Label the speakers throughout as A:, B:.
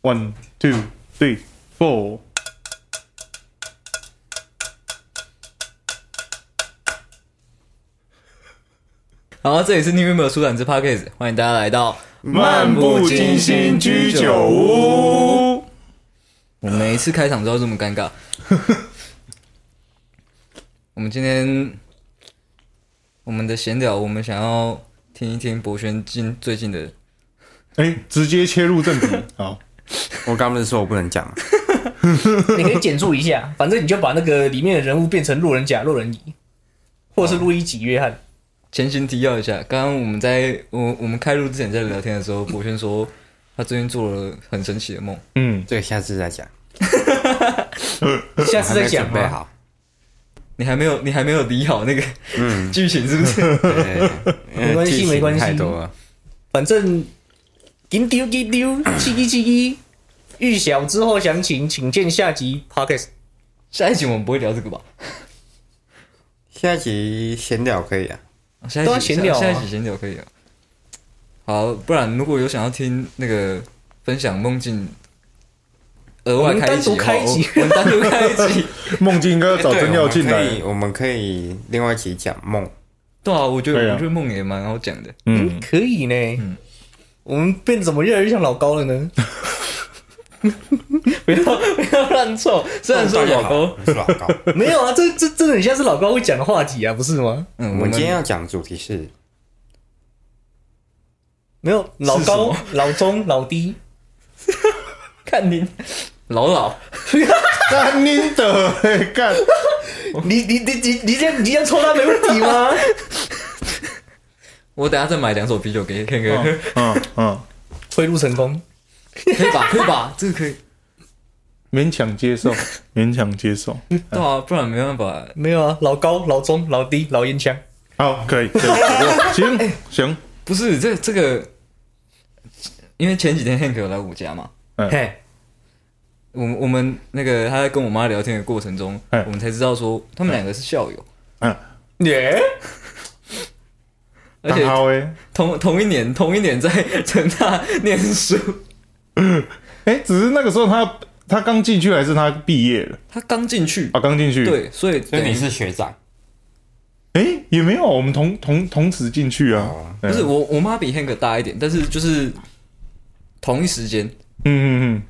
A: One, two, three, four。
B: 好，这里是 New m e m b e 书展之 Podcast，欢迎大家来到
A: 漫不经心居酒。屋。
B: 我每一次开场都要这么尴尬。 我们今天我们的闲聊，我们想要听一听博轩近最近的，
A: 哎，直接切入正题。 好，
C: 我刚不是说我不能讲啊，
D: 你可以简述一下，反正你就把那个里面的人物变成路人甲、路人乙，或者是路易吉约翰。
B: 前情提要一下。刚刚我们在我我们开录之前在聊天的时候，博轩说他最近做了很神奇的梦。
A: 嗯，
C: 这个下次再讲，
D: 下
C: 哦还
D: 次
C: 没
D: 再讲
C: 准备
D: 吧。
C: 好。
B: 你还没有你还没有理好那个 剧情是不是？
C: 嗯对
D: 没关
C: 因为
D: 系
C: 剧情
D: 没关系
C: 太多了。
D: 反正金丢金丢，七一七一。预晓之后详情，请见下集 podcast。
B: 下一集我们不会聊这个吧？
C: 下一集闲聊可以啊，
B: 下一
D: 都要
B: 集
D: 闲聊啊
B: 下一集闲聊可以啊。好，不然如果有想要听那个分享梦境，额外开一集
D: 我们单独开一集
B: 好我们单独开 一集。
A: 梦境应该要找真耀进
C: 哎对
A: 来。
C: 我们可以，我们可以另外一起讲梦。
B: 对啊，我觉得、
A: 对啊
B: 我觉得梦也蛮好讲的。
A: 嗯，
D: 可以呢。我们变怎么越来越像老高了 呢？
B: 不要不要乱凑，虽然说老高，
C: 是老高。
D: 没有啊，这这这很像是老高会讲的话题啊，不是吗？
B: 嗯，
C: 我
B: 我们
C: 们今天要讲主题是
D: 没有，老高、老中、老低，
B: 看您老老，
A: 干你的欸 干！
D: 你你你你你这样你这样抽他没问题吗？
B: 我等下再买两手啤酒给看哥，
A: 嗯嗯，
D: 贿赂成功，
B: 可以吧？可以吧？这个可以，
A: 勉强接受，勉强接受。
B: 对啊，不然没办法。
D: 没有啊，老高、老中、老低、老烟枪，
A: 好，可 以，可以，行行，
B: 不是这这个，因为前几天 Hank 有来我家嘛，
D: 嘿，
B: 我们我们那个他在跟我妈聊天的过程中，
A: 哎
B: 我们才知道说他们两个是校友，
A: 嗯，
D: 耶，
B: 而
A: 当
B: 且
A: 好诶。
B: 同同一年同一 年在成大念书。
A: 哎，只是那个时候他他刚进去还是他毕业了
B: 他刚进去，
A: 啊？刚进去，，
B: 对，所以
C: 哦所
B: 等
C: 以
B: 于
C: 你是学长，
A: 哎，也没有，我们同同同时进去啊
C: 哦。
A: 不
B: 不是，我我妈比 Hank 大一点，但是就是同一时间。
A: 嗯嗯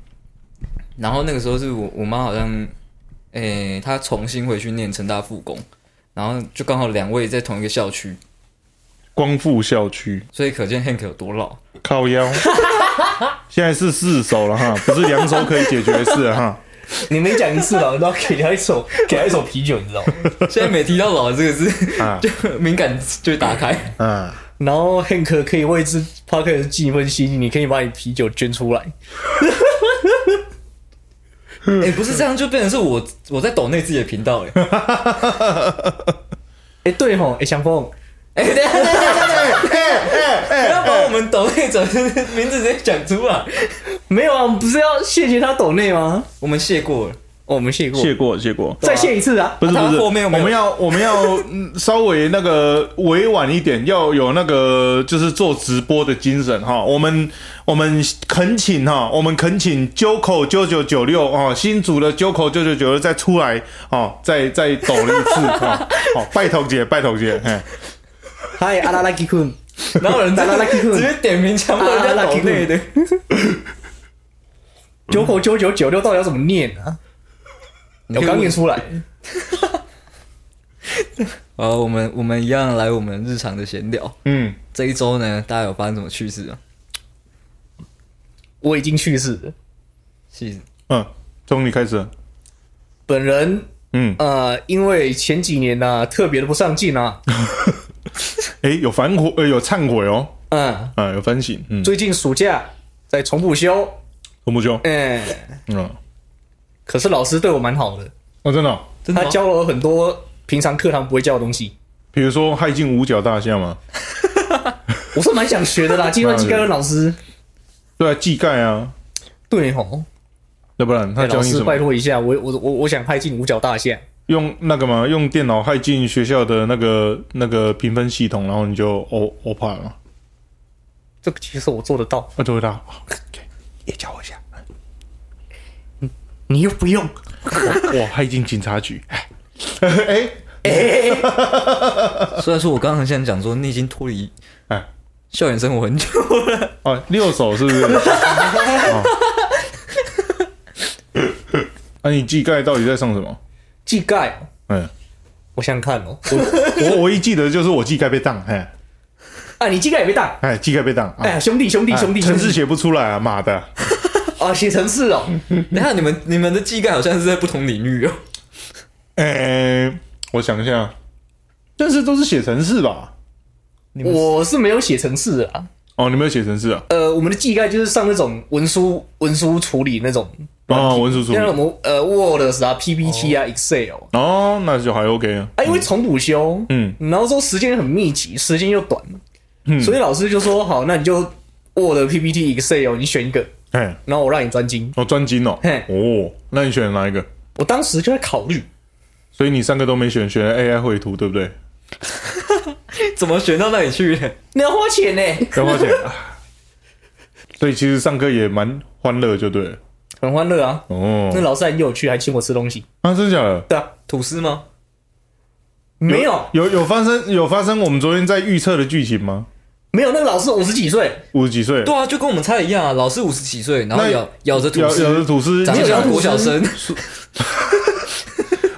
B: 然后那个时候是我我妈好像，诶、她重新回去念成大附工，然后就刚好两位在同一个校区，
A: 嗯，光复校区。
B: 所以可见 Hank 有多老。
A: 靠腰。 现在是四手了哈，不是两手可以解决的事了 哈。
D: 你每讲一次 老高给他一手，给他一手啤酒，你知道吗？
B: 现在每提到老这个字，
A: 啊
B: 就敏感就会打 开。
A: 啊，
D: 然后 Hank 可以为之 p o c a s t 尽一份心，你可以把你啤酒捐出来，
B: 哎、不是这样，就变成是我我在抖内自己的频道哎、欸。
D: 哎，对吼，哎，祥峰，
B: 哎、等一下等一下等一下等一下，不要把我们抖内者 的名字直接讲出来。
D: 没有啊，我们不是要谢谢他抖内吗？
B: 我们谢 过了，
D: 哦，我们谢过，
A: 谢过谢过。
D: 再谢一次啊！
A: 不是
B: 啊
A: 不
B: 他
A: 是，
B: 后面有
A: 我
B: 没有
A: 们要我们要 嗯稍微那个委婉一点，要有那个就是做直播的精神哈。我们我们恳请哈，我们恳请九口九九九六哦，新组的九口九九九六再出来哦，再再抖了一次哈。好、拜托姐，拜托姐，哎嘿
D: 嗨，阿拉拉基坤，
B: 然后有人在
D: 来来来
B: 直接点名强迫人
C: 啊
B: 家抖内的。
D: 九口九九九六到底要怎么念啊？我刚念出来，
B: 好，哦我们我们一样来我们日常的闲聊。
A: 嗯，
B: 这一周呢，大家有发生什么趣事啊吗？
D: 我已经去世了。
B: 是
A: 嗯，从你开始，
D: 本人
A: 嗯，
D: 呃，因为前几年呢、特别的不上进啊，
A: 诶，有反悔，呃，有忏悔哦，
D: 嗯，
A: 啊，有反省，嗯，
D: 最近暑假在重补修，
A: 红木兄，
D: 哎、
A: 嗯，
D: 可是老师对我蛮好的，
A: 哦，真的哦、
B: 真的
D: 他
B: 吗
D: 教了我很多平常课堂不会教的东西，
A: 比如说害进五角大厦嘛，
D: 我是蛮想学 的啦。金万基盖伦老师，
A: 对啊，技盖啊，
D: 对吼，
A: 要不然他
D: 哎
A: 教
D: 老
A: 你
D: 师
A: 什
D: 拜
A: 么？
D: 托一下，我我我我想拍进五角大厦，
A: 用那个嘛，用电脑害进学校的那个那个评分系统，然后你就欧欧怕了嘛，
D: 这个其实我做得到，
A: 啊，对的，OK，也教我一下，
D: 你又不用，
A: 哇，他已经警察局， 哎，
B: 虽然说我刚刚很想讲说你已经脱离
A: 哎
B: 校园生活很久，
A: 哦，六手是不 是？哦啊，你技盖到底在上什么？
D: 技盖，哦
A: 嗯，
D: 我想想看哦，
A: 我唯一记得就是我技盖被当，哎
D: 啊，你技盖也被打，
A: 哎，技盖被当，哎
D: 哎呀，，兄弟兄弟兄弟，
A: 城市
D: 兄弟
A: 写不出来啊，妈的！
D: 啊，写程 式哦，
B: 等一下你们你们的技概好像是在不同领域哦。
A: 哎，我想一下，但是都是写程式吧？
D: 我是没有写程式的啊，
A: 哦，你没有写程式啊？
D: 呃，我们的技盖就是上那种文书文书处理那种，
A: 哦，文书处理
D: 像什么呃 Word 啊、PPT 啊、Excel
A: 哦，那就还 OK 啊。
D: 啊，因为重补修，
A: 嗯
D: 然后说时间很密集，时间又短，
A: 嗯
D: 所以老师就说好，那你就 Word、PPT、Excel 你选一个，
A: 哎，
D: 然后我让你专精。
A: 哦，专精哦
D: 嘿，
A: 哦，那你选哪一个？
D: 我当时就在考虑，
A: 所以你三个都没选，选了 AI 绘图，对不对？
B: 怎么选到那里去的？
D: 你要花钱呢、
A: 要花钱。啊所以其实上课也蛮欢乐，就对了。
D: 很欢乐啊。
A: 哦
D: 那，老师很有趣，还请我吃东西。
A: 啊，真的假的？
D: 对啊，
B: 吐司吗？
D: 没有
A: 有有发生有发生我们昨天在预测的剧情吗？
D: 没有，那个老师五十几岁，
A: 五十几岁，
B: 对啊，就跟我们猜的一样啊。老师五十几岁，然后
A: 那
B: 咬咬着吐
A: 咬
B: 司，
A: 咬着吐司，
B: 长
A: 然
B: 得
D: 咬
B: 像
D: 吐司
B: 国小生，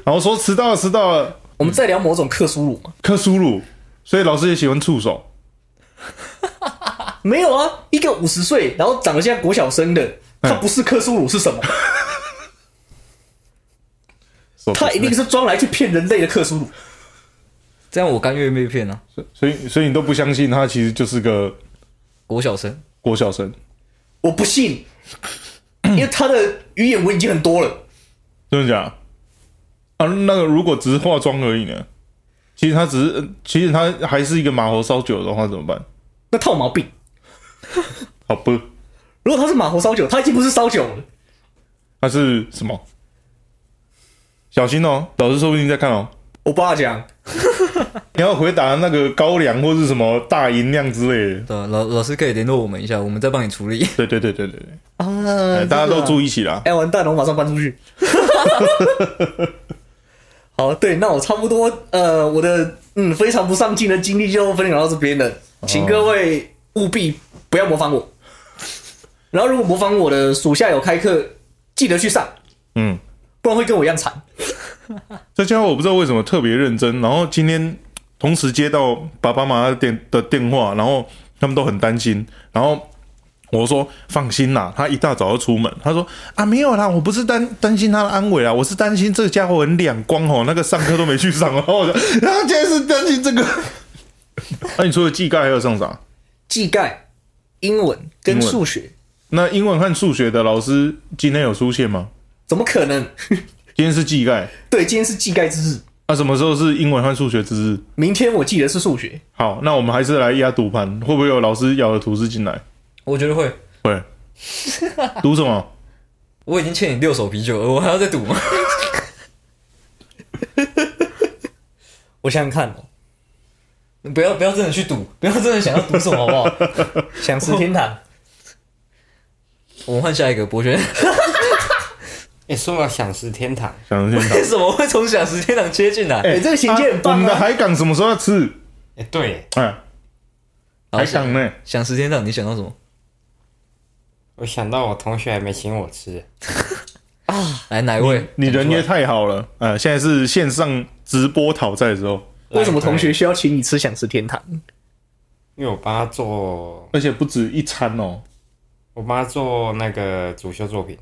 A: 后说迟到了，迟到了，
D: 我们在聊某种克苏鲁嘛？
A: 克苏鲁，所以老师也喜欢触手。
D: 没有啊，一个五十岁，然后长得像国小生的，
A: 嗯
D: 他不是克苏鲁是 什么？
A: 手
D: 他一定是装来去骗人类的克苏鲁。
B: 这样我甘愿被骗啊。
A: 所以所以你都不相信他其实就是个
B: 国小生，
A: 国小生，
D: 我不信，
A: 嗯
D: 因为他的鱼眼纹已经很多了。
A: 真的假的？啊，那个如果只是化妆而已呢？其实他只是，呃其实他还是一个马猴烧酒的话怎么办？
D: 那套毛病。
A: 好吧，
D: 如果他是马猴烧酒，他已经不是烧酒了。
A: 他是什么？小心哦，老师说不定在看哦。
D: 我爸讲，
A: 你要回答那个高粱或是什么大银酿之类的。
B: 对啊老老师可以联络我们一下，我们再帮你处理。
A: 对对对对对对，
D: 啊
A: 哎大家都住一起啦。
D: 哎、完蛋了，我马上搬出去。 好，对，那我差不多，呃，我的嗯非常不上进的经历就分享到这边了，请各位务必不要模仿我。然后，如果模仿我的属下有开课，记得去上，
A: 嗯，
D: 不然会跟我一样惨。
A: 这家伙我不知道为什么特别认真，然后今天同时接到爸爸妈妈的电的电话，然后他们都很担心，啊然后我说放心啦，他一大早就出门，他说啊没有啦，我不是担担心他的安危啦，我是担心这家伙很两光哦，那个上课都没去上，然哦后我就然后竟然是担心这个。 那、你除了技盖还有上啥？
D: 技概、英文跟
A: 英文
D: 数学，
A: 那英文和数学的老师今天有出现吗？
D: 怎么可能？
A: 今天是技盖，
D: 对，今天是技概之日，
A: 那、什么时候是英文和数学之日？
D: 明天我记得是数学。
A: 好，那我们还是来压赌盘，会不会有老师咬了吐司进来？
B: 我觉得会，
A: 会，赌什么？
B: 我已经欠你六手啤酒了，我还要再赌吗？
D: 我想想看哦，
B: 不要不要真的去赌，不要真的想要赌什么好不好？
D: 想吃天堂。
B: 我们换下一个博轩，
C: 哎、说到享食天堂，
A: 想着天堂
B: 为。什么会从小时天堂切进来？
A: 哎
D: 这个衔接很棒啊
A: 我们的海港什么时候要吃？
C: 哎、对
A: 哎，
B: 好
A: 海港呢？
B: 想十天堂，你想到什么？
C: 我想到我同学还没请我吃，
B: 来哪一位？
A: 你人也太好了。哎，现在是线上直播讨债的时候，
D: 为什么同学需要请你吃想吃天堂？
C: 因为我帮他做，
A: 而且不止一餐哦。
C: 我帮他做那个主修作品，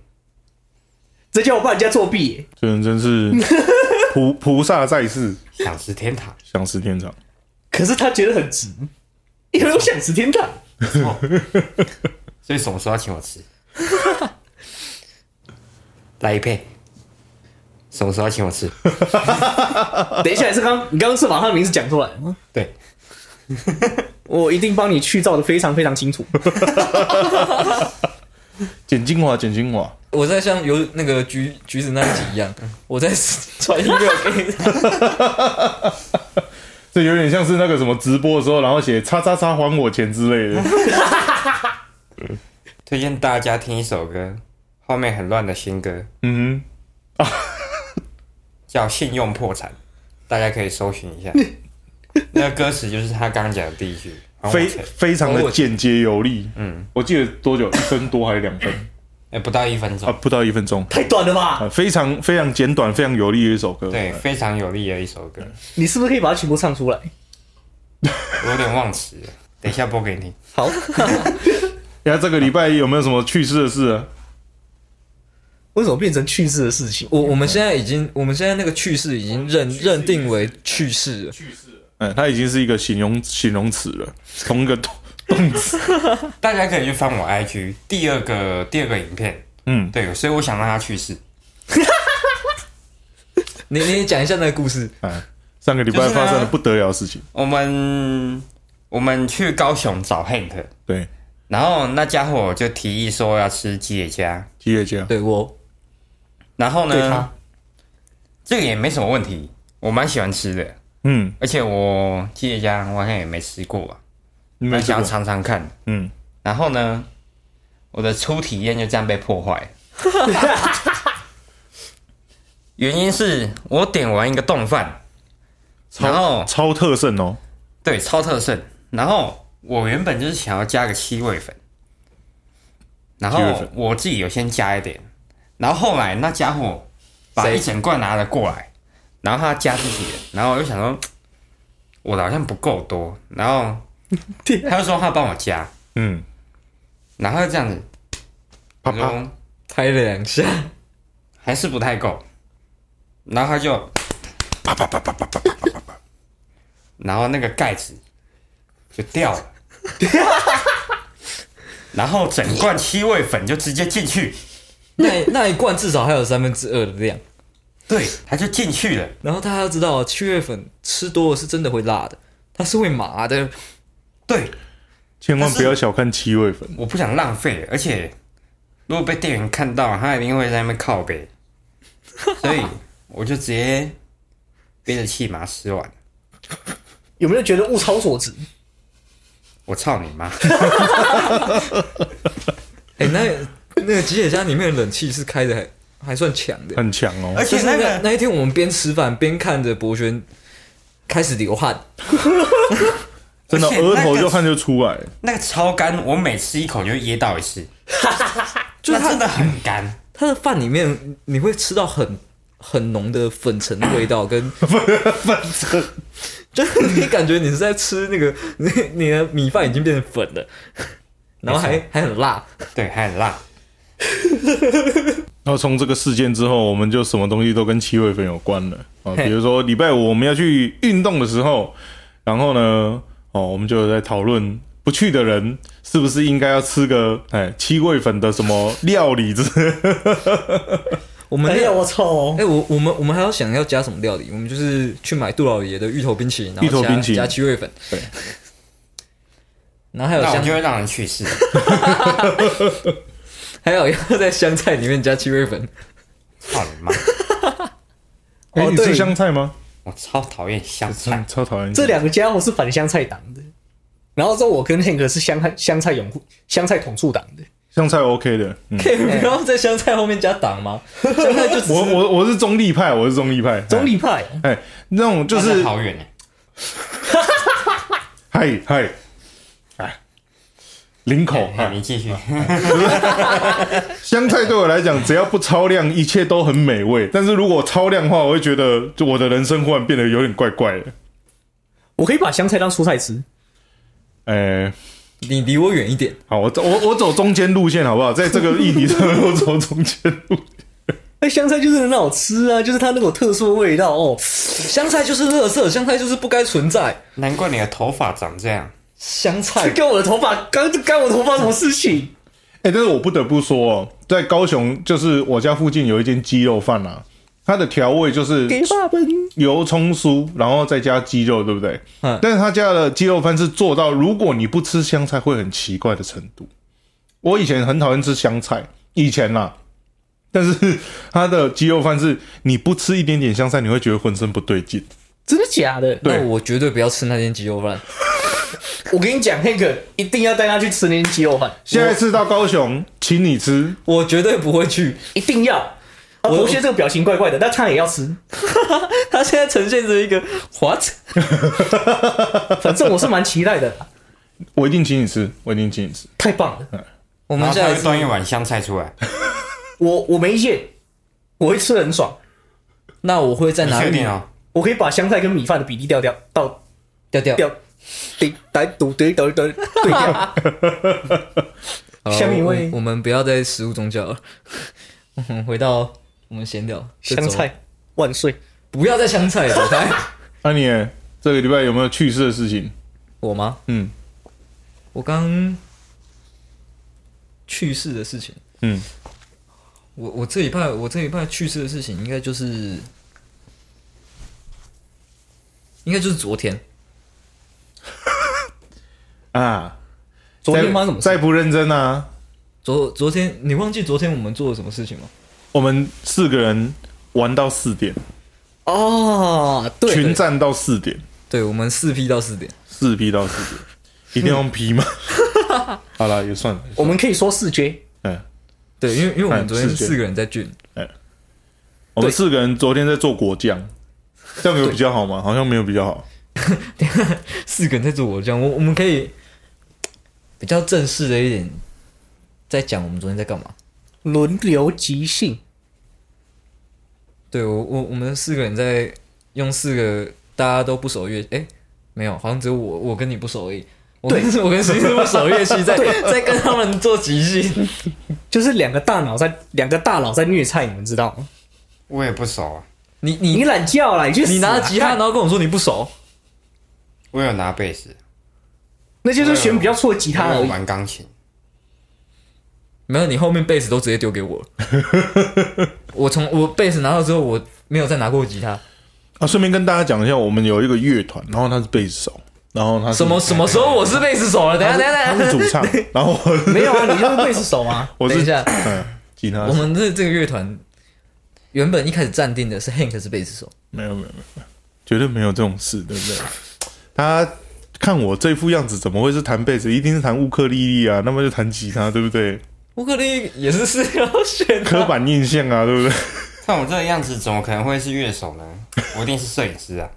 D: 这叫我帮人家作弊耶、
A: 这人真 是菩菩萨在世，
C: 享食天堂。
A: 想吃天堂。
D: 可是他觉得很值，因为我想吃天堂。
C: 所以什么时候要请我吃？ 来一配。什么时候要请我吃？
D: 等一下，是刚你刚刚是把他的名字讲出来吗？
C: 对，
D: 我一定帮你去照的非常非常清楚。
A: 剪精华，剪精华。
B: 我在像有那个橘橘子那一集一样，
A: 嗯
B: 我在传 email 给你。
A: 这有点像是那个什么直播的时候，然后写“叉叉叉还我钱”之类的。
C: 推荐大家听一首歌，画面很乱的新歌，
A: 嗯
C: 叫《信用破产》，大家可以搜寻一下。那个歌词就是他刚刚讲的第一句，
A: 哼，
C: 还我
A: 非
C: 钱
A: 非常的简洁有力。
C: 嗯，
A: 我记得多久？一分多还是两分
C: 哎，不到一分钟
A: 啊？，不到一分钟。
D: 太短了吧？
A: 啊，非常非常简短，非常有力的一首歌。
C: 对，非常有力的一首歌，
D: 你是不是可以把它全部唱出来？
C: 我有点忘词了，等一下播给你。
D: 好，
A: 然哎后这个礼拜有没有什么趣事的事啊？
D: 为什么变成去世的事情？
B: 我我们现在已经，我们现在那个去世已经认认定为去世了。
A: 嗯，它已经是一个形容形容词了，从一个动动词。
C: 大家可以去翻我 IG 第二个第二个影片，
A: 嗯，
C: 对，所以我想让他去世，
B: 你你讲一下那个故事，
A: 哎，上个礼
C: 啊
A: 拜发生了不得了的事情。
C: 我们我们去高雄找 Hank，
A: 对，
C: 然后那家伙就提议说要吃吉野家，
A: 企业家，
B: 对我
C: 然后
D: 对他
C: 呢，这个也没什么问题，我蛮喜欢吃的，
A: 嗯，
C: 而且我吉野家我好像也没吃过啊，
A: 你没
C: 蛮
A: 吃
C: 想要
A: 过？
C: 尝尝看。
A: 嗯，
C: 然后呢，我的初体验就这样被破坏。 原因是我点完一个冻饭，然后
A: 超特盛哦。
C: 对超特盛，然后我原本就是想要加个七味粉，然后
A: 七味粉
C: 我自己有先加一点，然后后来那家伙把
B: 谁
C: 一整罐拿了过来，然后他加自己的，然后我就想说，我的好像不够多，然后 他就说他帮我加，
A: 嗯，
C: 然后就这样子，
A: 啪
C: 我
A: 啪
C: 说
B: 拍了两下，
C: 还是不太够，然后他就
A: 啪啪啪啪啪啪啪啪啪啪，
C: 然后那个盖子就掉了，然后整罐七味粉就直接进去，
B: 那那一罐至少还有三分之二的量。
C: 对，它就进去了，
B: 然后大家要知道，七月粉吃多了是真的会辣的，它是会麻的。
C: 对，
A: 千万不要小看七味粉。
C: 我不想浪费，而且如果被店员看到，他一定会在那边靠背，所以我就直接憋着气把它吃完，
D: 有没有觉得物超所值？
C: 我操你妈！
B: 哎、那那个吉野家里面的冷气是开的还还算强的，
A: 很强哦
C: 而，
B: 就
C: 且
B: 是
C: 那
B: 那
C: 个
B: 个那一天我们边吃饭边看着博轩开始流汗，
A: 真的
C: 而且那
A: 额
C: 个
A: 头就汗就出来了。
C: 那个超干，我每吃一口就噎到一次，
B: 就是
C: 那
B: 它
C: 真的很干。
B: 它的饭里面你会吃到很很浓的粉尘味道，跟 就是你感觉你是在吃那个 你你的米饭已经变成粉了， 然后还还很辣，
C: 对，还很辣。
A: 然后从这个事件之后，我们就什么东西都跟七味粉有关了啊。比如说礼拜五我们要去运动的时候，然后呢，哦，我们就有在讨论不去的人是不是应该要吃个哎七味粉的什么料理之 类的。
B: 我们
D: 哎
B: 那
D: 呀，我操
B: 哎、！我我们我们还要想要加什么料理？我们就是去买杜老爷的芋头冰淇淋，然后
A: 芋头
B: 加
A: 冰淇淋
B: 加七味粉，
A: 对，
B: 然后还有
C: 那我就
B: 香，
C: 会让人去世。
B: 还有要在香菜里面加七味粉。
C: 操你妈！
A: 哎、
D: 哦
A: 你吃
D: 对
A: 香菜吗？
C: 我超讨厌香 菜
A: 嗯，，超讨厌
D: 这两个家伙是反香菜党的，然后之后我跟 Hank 是香菜香菜拥护香菜统促党的。
A: 香菜 OK 的。嗯、
D: 哎
B: 可以 不要在香菜后面加党吗？香菜就只
A: 我
B: 是
A: 我我是中立派，我是中立派，
D: 中立派，
A: 哎哎那种就
C: 那
A: 是
C: 好远哎。
A: 嗨嗨哎领口
C: 哎
A: 哎
C: 你继续。
A: 香菜对我来讲，只要不超量，一切都很美味。但是如果超量的话，我会觉得就我的人生忽然变得有点怪怪的。
D: 我可以把香菜当蔬菜吃。
A: 哎、
B: 你离我远一点。
A: 好，我走我我走中间路线好不好？在这个议题上，我走中间路。
D: 那哎香菜就是很好吃啊，就是它那种特殊的味道哦。
B: 香菜就是垃圾，香菜就是不该存在。
C: 难怪你的头发长这样。
B: 香
D: 这
B: 菜
D: 跟我的头发，刚这干我头发什么事情？
A: 哎、但是我不得不说哦，在高雄，就是我家附近有一间鸡肉饭啊，它的调味就是
D: 给爸爸。
A: 油葱酥，然后再加鸡肉，对不对？
B: 嗯
A: 但是他家的鸡肉饭是做到，如果你不吃香菜会很奇怪的程度。我以前很讨厌吃香菜，以前啦，但是他的鸡肉饭是你不吃一点点香菜，你会觉得浑身不对劲。
D: 真的假的？
A: 对
B: 那我绝对不要吃那间鸡肉饭。
D: 我跟你讲，那个一定要带他去吃那间鸡肉饭，
A: 下一次到高雄，请你吃。
B: 我绝对不会去。
D: 一定要。啊，
B: 我
D: 博学这个表情怪怪的，但他也要吃。
B: 他现在呈现着一个 what？
D: 反正我是蛮期待的，
A: 我一定请你吃，我一定请你吃。
D: 太棒
B: 嗯
D: 了！
B: 我
C: 然
B: 们
C: 后
B: 下
C: 他
B: 一
C: 会
B: 次
C: 端一碗香菜出来，
D: 我我没意见，我会吃的很爽，
B: 那我会在
C: 你
B: 哪
C: 确
B: 里
C: 定哦？
D: 我可以把香菜跟米饭的比例调掉到
B: 掉掉？
D: 掉，对，来赌对对对对掉。
B: 好了
D: 下面一位
B: 我我们不要再食物宗教了， 我们回到我们闲聊
D: 香，
B: 就走
D: 菜万岁！
B: 不要再香菜了，走开
A: 那、啊你耶这个礼拜有没有趣事的事情？
B: 我吗？
A: 嗯
B: 我刚去世的事情，
A: 嗯，
B: 我我这一派我这一派去世的事情，应该就是，应该就是昨天。
A: 啊，
B: 昨天发生什么事？
A: 再不认真啊！
B: 昨昨天你忘记昨天我们做了什么事情吗？
A: 我们四个人玩到四点，
D: 哦，对，
A: 群战到四点，
B: 对，我们四 P 到四点，
A: 四 P 到四点，一定要用 P 吗？好了，也算了。
D: 我们可以说四 J，
A: 嗯，
B: 对，因为因为我们
A: 嗯
B: 昨天
A: 四点
B: 四个人在俊，
A: 我们四个人昨天在做果酱，这样有比较好吗？好像没有比较好。
B: 四个人在做我这样，我我们可以比较正式的一点，在讲我们昨天在干嘛。
D: 轮流即兴，
B: 对我我我们四个人在用四个大家都不熟的乐，哎、没有，好像只有我我跟你不熟而已。我跟 我跟徐师不熟的乐器在在跟他们做即兴，
D: 就是两个大脑在两个大佬在虐菜，你们知道吗？
C: 我也不熟啊，
B: 你
D: 你
B: 你
D: 懒觉啦，你去死啊
B: 你拿着吉他，
D: 干
B: 然后跟我说你不熟，
C: 我有拿贝斯，
D: 那就是选比较错的吉他
C: 我
D: 而
C: 有
D: 已。
C: 玩钢琴，
B: 没有，你后面贝斯都直接丢 给我了。我从我贝斯拿到之后，我没有再拿过吉他。
A: 啊，顺便跟大家讲一下，我们有一个乐团，然后他是贝斯手，然后他是
B: 什么什么时候我是贝斯手了？等一下等一下
A: 他
B: 等一
A: 是
B: 下，
A: 主唱，然后我是。
D: 没有啊，你就是贝斯手啊
A: 我
B: 等一
A: 是
B: 下，
A: 嗯吉他手
B: 我们这这个乐团原本一开始暂定的是 Hank 是贝斯手，
A: 没有没有没有没有，绝对没有这种事，对不对？他看我这副样子，怎么会是弹贝斯？一定是弹乌克丽丽啊，那么就弹吉他，对不对？
B: 乌克丽丽也是四要选的
A: 刻板印象啊，对 不对？
C: 看我这个样子，怎么可能会是乐手呢？我一定是摄影师啊，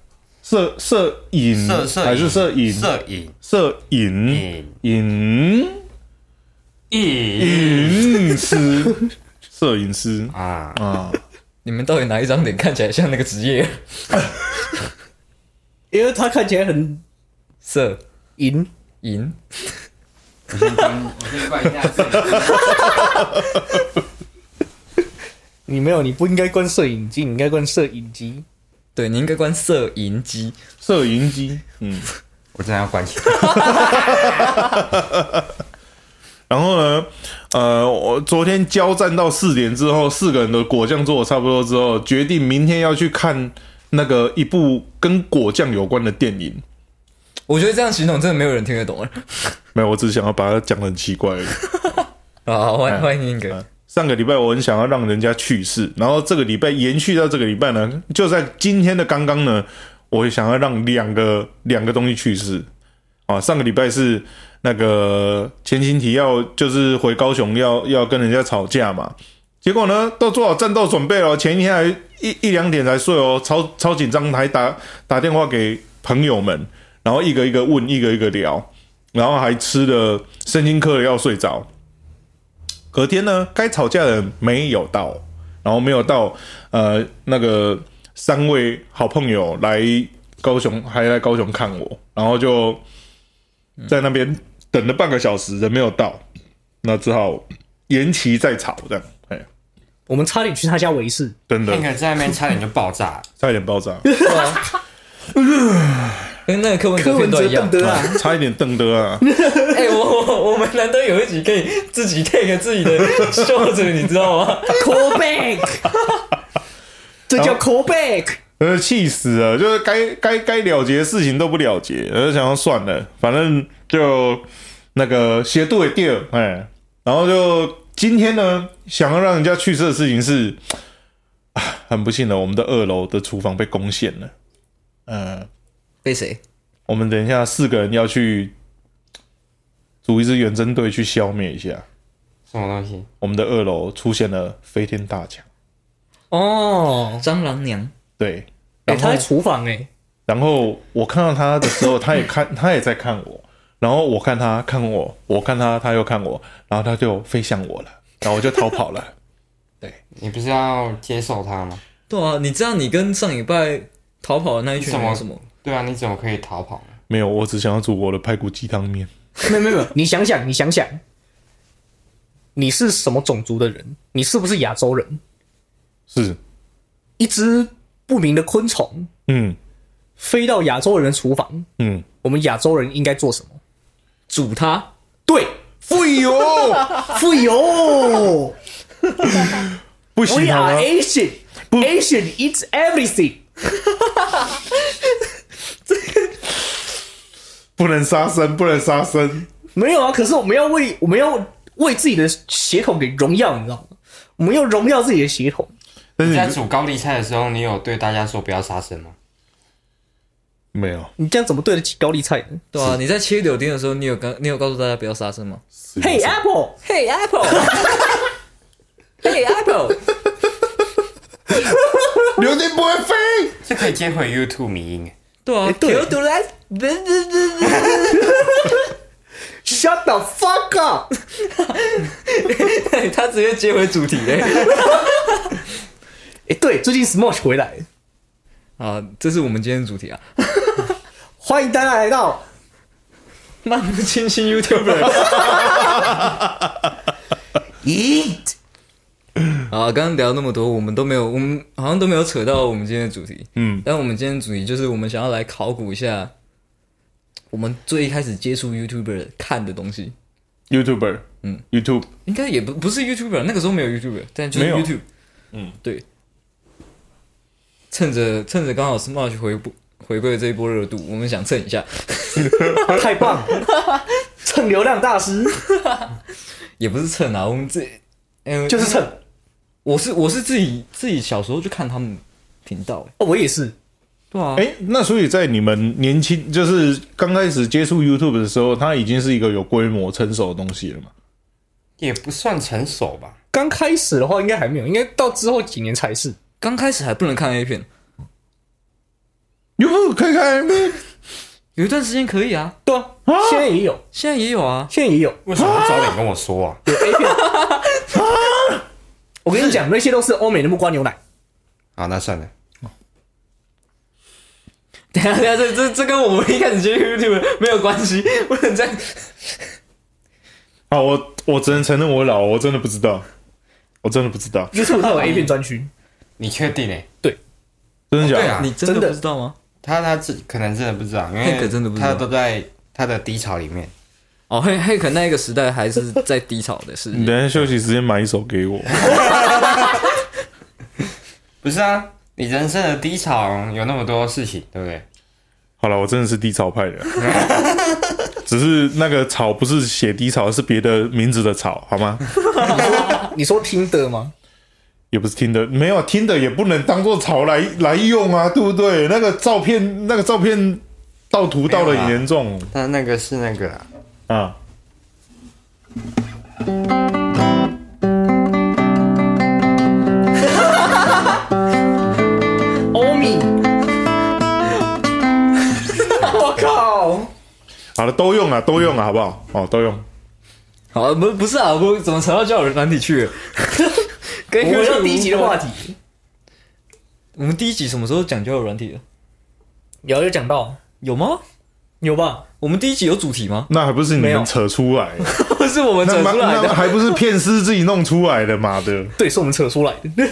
A: 摄摄影
C: 摄摄影
A: 还是摄影？
C: 摄影
A: 摄影
C: 影
A: 影
C: 影
A: 影师，摄影师
C: 啊，
A: 啊，
B: 你们到底哪一张脸看起来像那个职业？
D: 因为他看起来很
B: 色
D: 淫，
B: 银
C: 我先关，我先关一下摄影师。
D: 你没有，你不应该关摄影机，你应该关摄影机。
B: 对你应该关色银机。
A: 摄影机，嗯。
C: 我真的要关起来。
A: 然后呢，呃，我昨天交战到四点之后，四个人的果酱做的差不多之后，决定明天要去看那个一部跟果酱有关的电影。
B: 我觉得这样形容真的没有人听得懂了。
A: 没有，我只是想要把它讲的很奇怪而已。
B: 好好，欢迎欢迎一
A: 嗯
B: 个，
A: 上个礼拜我很想要让人家去世，然后这个礼拜延续到这个礼拜呢，就在今天的刚刚呢，我想要让两个两个东西去世啊。上个礼拜是那个前情提要，就是回高雄要要跟人家吵架嘛，结果呢都做好战斗准备了，前一天还一一两点才睡哦，超超紧张，还打打电话给朋友们，然后一个一个问，一个一个聊，然后还吃了身心科的药睡着。隔天呢，该吵架的人没有到，然后没有到，呃，那个三位好朋友来高雄，还来高雄看我，然后就在那边等了半个小时，人没有到，那只好延期再吵，这样，哎，
D: 我们差点去他家围事，
A: 真的
C: 那个在那边差点就爆炸 了，
A: 差一点爆炸，
B: 跟那个柯文
D: 柯
B: 哲片
D: 文哲
B: 段一样
D: 邓。德啊，
A: 啊差一点瞪得啊，
B: 哎、我我我们难得有一集可以自己 take 自己的秀子，你知道吗？
D: call back，这叫 call back。
A: 呃，气死了！就是该该该了结的事情都不了结，我就想要算了，反正就那个斜对也掉，哎，然后就今天呢，想要让人家去世的事情是，啊很不幸的，我们的二楼的厨房被攻陷了，嗯、
B: 被谁？
A: 我们等一下四个人要去组一支远征队去消灭一下。
C: 什么东西？
A: 我们的二楼出现了飞天大墙，
B: 哦，蟑螂娘，
A: 对，
D: 哎、
A: 然后
D: 他在厨房哎、
A: 然后我看到他的时候，他也看，他也在看我，然后我看他看我，我看他，他又看我，然后他就飞向我了，然后我就逃跑了。
C: 你不是要接受它吗？
B: 对啊，你知道你跟上礼拜逃跑的那一群人有什
C: 什
B: 么？
C: 对啊，你怎么可以逃跑呢？
A: 没有，我只想要煮我的排骨鸡汤面。
D: 没有没有没有，你想想，你想想，你是什么种族的人？你是不是亚洲人？
A: 是，
D: 一只不明的昆虫
A: 嗯
D: 飞到亚洲人的厨房，
A: 嗯，
D: 我们亚洲人应该做什么？
B: 煮它，
D: 对，
A: 哎呦，
D: 富有
A: 不
D: ，We
A: 行好
D: are
A: 吗？
D: Asian, Asian eats everything。
A: 不能杀生，不能杀生。
D: 没有啊，可是我们要为我们要为自己的血统给荣耀，你知道吗？我们要荣耀自己的血统。
A: 但
C: 你在
A: 是
C: 煮高丽菜的时候，你有对大家说不要杀生吗？
A: 你没有，
D: 你这样怎么对得起高丽菜呢
B: 对啊，你在切柳丁的时候，你有跟你有告诉大家不要杀生吗
D: ？Hey Apple，
B: ？Hey Apple，Hey Apple，
A: 柳丁不会飞。
C: 这可以接回 YouTube 迷音。
B: 对啊
D: 哎对
B: Can you do that？
D: Shut the fuck up！
B: 他直接接回主题嘞。
D: 哎、对，最近 Smosh 回来，
B: 啊，这是我们今天的主题啊，
D: 欢迎大家来到
B: 漫不清新 YouTuber。
D: Eat。
B: 啊，刚刚聊那么多，我们都没有，我们好像都没有扯到我们今天的主题。
A: 嗯，
B: 但我们今天的主题就是我们想要来考古一下，我们最一开始接触 YouTuber 看的东西，
A: YouTuber，嗯
B: 嗯
A: ，YouTube，
B: 应该也不不是 YouTuber，那个时候没有 YouTuber，但就是
A: 没有
B: YouTube。嗯，对。趁着趁着刚好 Smash 回不回归这一波热度，我们想蹭一下，
D: 太棒了！ 蹭流量大师
B: 也不是蹭啊，我们自己，哎
D: 就是蹭，
B: 我是我是自己自己小时候就看他们频道，哎
D: 哦，我也是。
B: 对啊，
A: 哎、那所以在你们年轻，就是刚开始接触 YouTube 的时候，它已经是一个有规模、成熟的东西了嘛？
C: 也不算成熟吧，
D: 刚开始的话应该还没有，应该到之后几年才是。
B: 刚开始还不能看 A 片，
A: YouTube 看看，
B: 有一段时间可以啊，
D: 对啊，现在也有，
B: 现在也有啊，
D: 现在也有
C: 为什么不早点跟我说啊？
D: 有 A 片。我跟你讲，那些都是欧美的木瓜牛奶。
C: 好，那算了，
B: 等一下，等一下，这这这跟我们一开始接触 YouTube 没有关系，不能这样。
A: 好，啊我我只能承认我老，我真的不知道，我真的不知道，
D: YouTube 它 有 A 片专区，
C: 你确定诶、
A: 真的假
C: 对
A: 的？
C: 啊
B: 你真
D: 真
B: 的
D: 的
B: 不知道吗？
C: 他他自可能真的不知道，因
B: 那
C: 为
B: 个真的不知道
C: 他都在他的低潮里面。
B: 哦，黑黑可那一个时代还是在低潮的世
A: 你
B: 界。
A: 等一下休息时间买一首给我。
C: 不是啊，你人生的低潮有那么多事情，对不对？
A: 好了，我真的是低潮派的，只是那个草不是写低潮，是别的名字的草，好吗？
D: 你说听的吗？
A: 也不是听的，没有听的也不能当做草来来用啊，对不对？那个照片，那个照片盗图盗的
C: 没有啦
A: 严重
C: 但那个是那个啊，
A: 啊。
D: 欧米，我靠！
A: 好了，都用啊，都用啊，好不好？哦，都用。？
B: 好啊，不不是啊，我怎么扯到交友软体去了？跟
D: 我们
B: YouTube
D: 要第一集的
B: 无
D: 话
B: 关，
D: 题，
B: 我们第一集什么时候讲交友软体的？
D: 有有讲到
B: 有吗？
D: 有吧？
B: 我们第一集有主题吗
A: 那还不是你
D: 没有
A: 们 扯出来？
B: 不是我们
A: 那
B: 扯
A: 妈
B: 出来
A: 那
B: 的。
A: 还不是骗师自己弄出来的？妈 的！
D: 对，是我们扯出来的。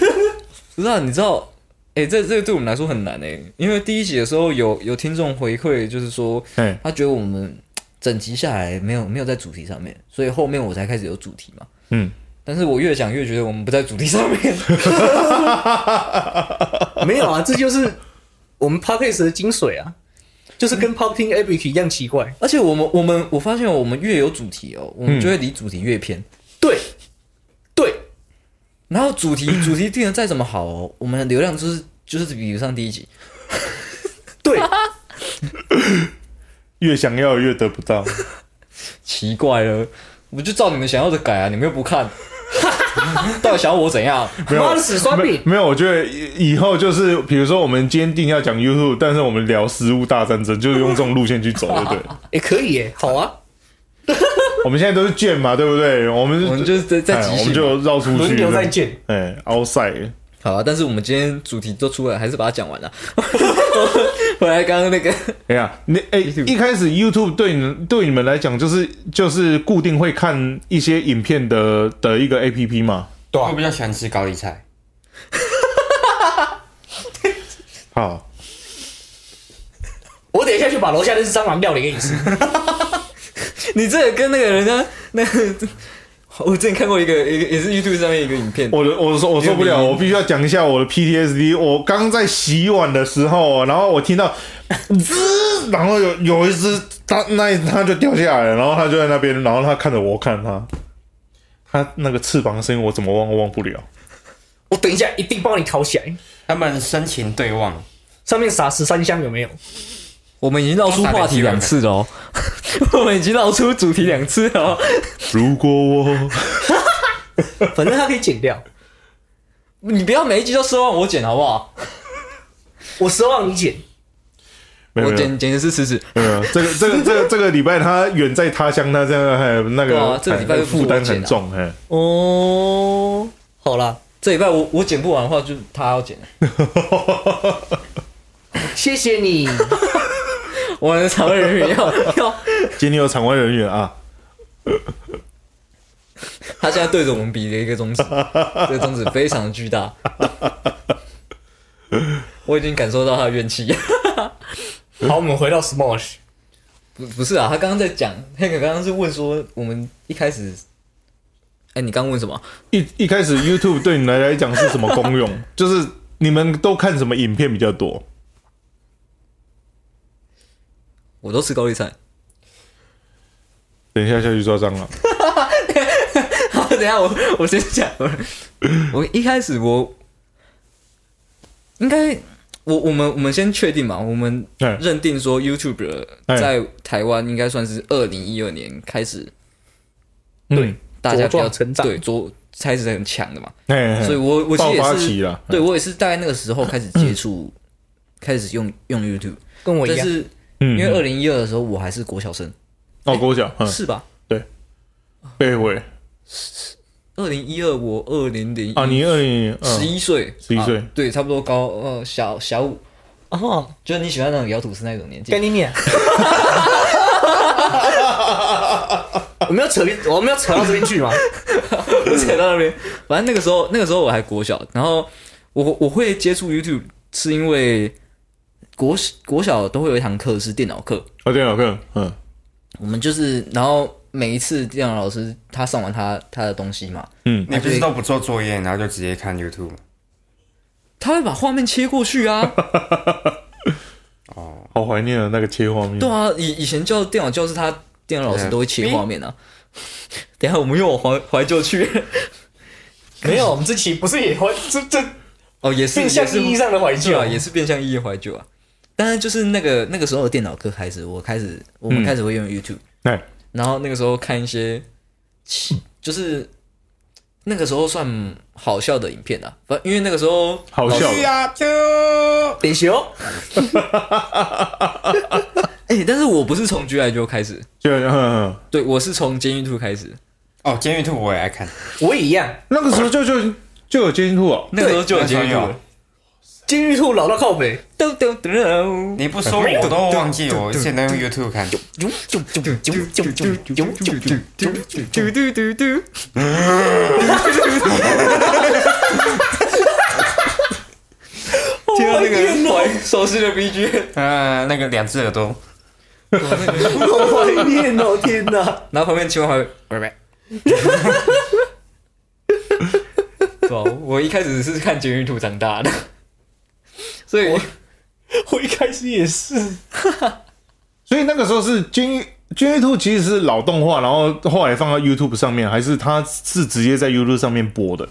B: 不是啊，你知道，哎、这这个对我们来说很难哎、因为第一集的时候有有听众回馈，就是说
A: 哎，
B: 他觉得我们整集下来没有没有在主题上面，所以后面我才开始有主题嘛。
A: 嗯，
B: 但是我越想越觉得我们不在主题上 面。
D: 没有啊，这就是我们 podcast 的精髓啊，就是跟 popping epic 一样奇怪。
B: 而且我们我们我发现我们越有主题哦，我们就会离主题越偏。
A: 嗯
D: 对，对，
B: 然后主题主题定的再怎么好哦，我们的流量就是就是比不上第一集。
D: 对，
A: 越想要越得不到。
B: 奇怪了，我就照你们想要的改啊，你们又不看， 到底想要我怎样？
A: 没有
D: 妈的死酸
A: 没
D: 饼，
A: 没有，我觉得以以后就是，比如说我们今天定要讲 YouTube，但是我们聊食物大战争，就是用这种路线去走，对不对？
D: 也、哎可以耶，好啊，
A: 我们现在都是贱嘛，对不对？我们
B: 我们就是在在
A: 哎
B: 即兴
A: 我们就绕出去，
D: 轮流再见。
A: 哎，outside，
B: 好啊，但是我们今天主题都出来，还是把它讲完了。 回来刚刚那个，
A: 哎呀，你哎，一开始 YouTube 对你们对你们来讲，就是就是固定会看一些影片的的一个 APP 嘛。
D: 对
C: 我比较喜欢吃高丽菜，
A: 好，
D: 我等一下去把楼下那只蟑螂料理给你吃。
B: 你这个跟那个人家那个，我之前看过一个一个也是 YouTube 上面一个影片，
A: 我的我说我受不了，我必须要讲一下我的 PTSD。我刚在洗碗的时候，然后我听到滋，然后有有一只它那一它就掉下来了，然后它就在那边，然后它看着我，我看它，它那个翅膀的声音我怎么忘忘不了。
D: 我等一下一定帮你烤起来，
C: 他们深情对望，
D: 上面撒十三香有没有？
B: 我们已经绕出话题两次 了哦，我们已经绕出主题两次了哦。
A: 如果我
D: 反正它可以剪掉。
B: 你不要每一集都奢望我剪好不好？
D: 我奢望你剪，
A: 没有
B: 我
A: 没有
B: 剪剪的是吃屎。
A: 没有，这个这个这 个这个礼拜他远在他乡，他这样还那
B: 对
A: 个
B: 啊这个礼拜
A: 哎
B: 就付我
A: 负担
B: 钱
A: 很
B: 啊
A: 重哎。
B: 哦，
D: 好啦，
B: 这礼拜我我剪不完的话，就他要剪。
D: 谢谢你。
B: 我的肠胃人员要 要，
A: 今天有场外人员啊，
B: 他现在对着我们比了一个中指，这个中指非常巨大。我已经感受到他的怨气。
D: 好，我们回到 Smosh。
B: 不不是啊，他刚刚在讲那个，刚刚是问说我们一开始，哎、你刚问什么？
A: 一一开始 YouTube 对你们来讲是什么功 用？就是你们都看什么影片比较多？
B: 我都吃高丽菜。
A: 等一下下去抓蟑螂，
B: 好，等一下我我先讲。我一开始我应该我我们我们先确定嘛，我们
A: 哎
B: 认定说 YouTube
A: 哎
B: 在台湾应该算是二零一二年开始，
A: 对，
B: 大家
D: 茁
B: 比
D: 壮
B: 较
D: 成长
B: 对做开始很强的嘛，
A: 哎，
B: 所以我我其实
A: 爆发
B: 也
A: 期
B: 是
A: 了，嗯
B: 对我也是大概那个时候开始接触，开始用用 YouTube，
D: 跟我一
B: 但
D: 样，
B: 是因
A: 嗯
B: 为二零一二的时候我还是国小生，
A: 哦，国小，嗯，
B: 是吧？
A: 对，喂，
B: 二零一二我二零零
A: 啊，你二零
B: 十一岁，
A: 11岁
B: 啊对，差不多高呃小小五，
D: 哦，
B: 就是你喜欢那种摇吐司那种年 纪
D: 干。你脸。我们要扯，我们要扯到这边去吗？
B: 我扯到那边， 反正那个时候，那个时候我还国小，然后我我会接触 YouTube 是因为国国小都会有一堂课是电脑课，
A: 哦，对，老哥，嗯，
B: 我们就是然后每一次电脑老师他上完他他的东西嘛，
A: 嗯
C: 你不是都不做作业，然后就直接看 YouTube 吗
B: 他会把画面切过去啊，
C: 哦，
A: 好怀念啊那个切画面
B: 对，啊，以以前教电脑教室他电脑老师都会切画面啊，等一下我们又往怀怀旧去，
D: 没有，我们这期不是也怀这这
B: 哦也是
D: 变相
B: 也是
D: 意义上的怀
B: 对
D: 旧
B: 啊，也是变相意义怀旧啊。但是就是那个那个时候的电脑课开始，我开始我们开始会用 YouTube，、
A: 哎，
B: 然后那个时候看一些奇，就是那个时候算好笑的影片啊，反因为那个时候
A: 好笑，
B: 啊
D: 得修。
B: 哎、但是我不是从 G I 就开始，
A: 就嗯嗯。嗯
B: 对我是从监狱兔开始，
C: 哦，监狱兔我也爱看，
D: 我也一样，
A: 那个时候就就就有监护哦，
B: 那个时候就有监狱兔了，
D: 监狱兔老到靠北，
B: 噔噔噔
C: 你不说我都忘记，我现在用 YouTube 看。
B: 嘟嘟嘟嘟， 听到那个怀手势的 B G，
C: 呃，那个两只耳朵，
D: 好怀念哦！天哪，
B: 然后旁边青蛙还会 拜拜。对啊，我一开始是看《监狱兔》长大的，所以
D: 我一开始也是，
A: 所以那个时候是监狱监狱兔其实是老动画，然后后来放到 YouTube 上面，还是它是直接在 YouTube 上面播
D: 哦
A: 的？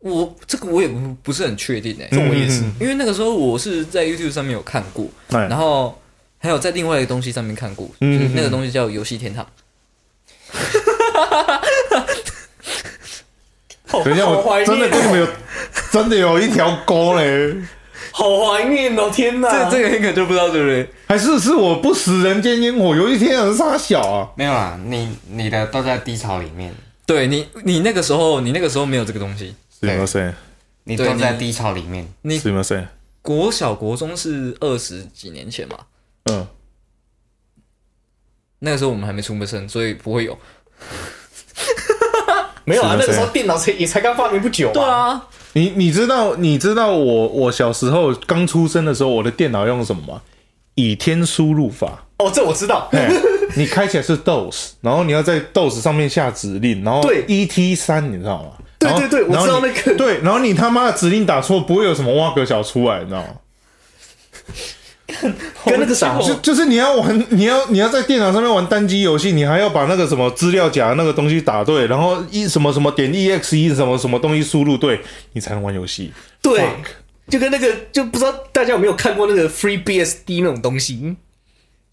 B: 我这个我也不不是很确定哎、
A: 我也是，
B: 因为那个时候我是在 YouTube 上面有看过，
A: 哎
B: 然后还有在另外一个东西上面看过，
A: 嗯
B: 就是那个东西叫游戏天堂。
D: 好
A: 等一下，
D: 好怀
A: 我真的
D: 念
A: 跟你们 有真的有一条沟嘞，
D: 好怀念哦！天哪，
B: 这这个你可能就不知道对不对？
A: 还是是我不食人间烟火，有一天很傻小啊？
C: 没有啦，你你的都在低潮里面，
B: 对你，你那个时候，你那个时候没有这个东西。
A: 是吗？谁？
C: 你
B: 对
C: 都在
B: 你
C: 低潮里面。
B: 你
A: 是吗？嗯谁？
B: 国小、国中是二十几年前嘛，
A: 嗯，
B: 那个时候我们还没出生，所以不会有。
D: 没有啊，
A: 是
D: 那
A: 的
D: 个时候
A: 是
D: 电脑才也才刚发明不久。
B: 对，啊，
A: 你你知道你知道我我小时候刚出生的时候，我的电脑用什么吗？倚天输入法。
D: 哦，这我知道。
A: 哎你开起来是 DOS，然后你要在 DOS 上面下指令，然后
D: 对
A: ET 三，你知道吗？
D: 对
A: 然后
D: 对对我
A: 然后
D: 知道
A: 你
D: 那 个
A: 对，然后你他妈的指令打错，不会有什么挖格小出来，你知道吗？
D: 跟那个啥
B: 好久
A: 就就是你要玩，你要你要在电脑上面玩单机游戏，你还要把那个什么资料夹那个东西打对，然后一什么什么点 exe 什么什么东西输入对，你才能玩游 戏。
D: 对
A: Fuck，
D: 就跟那个就不知道大家有没有看过那个 Free BSD 那种东西，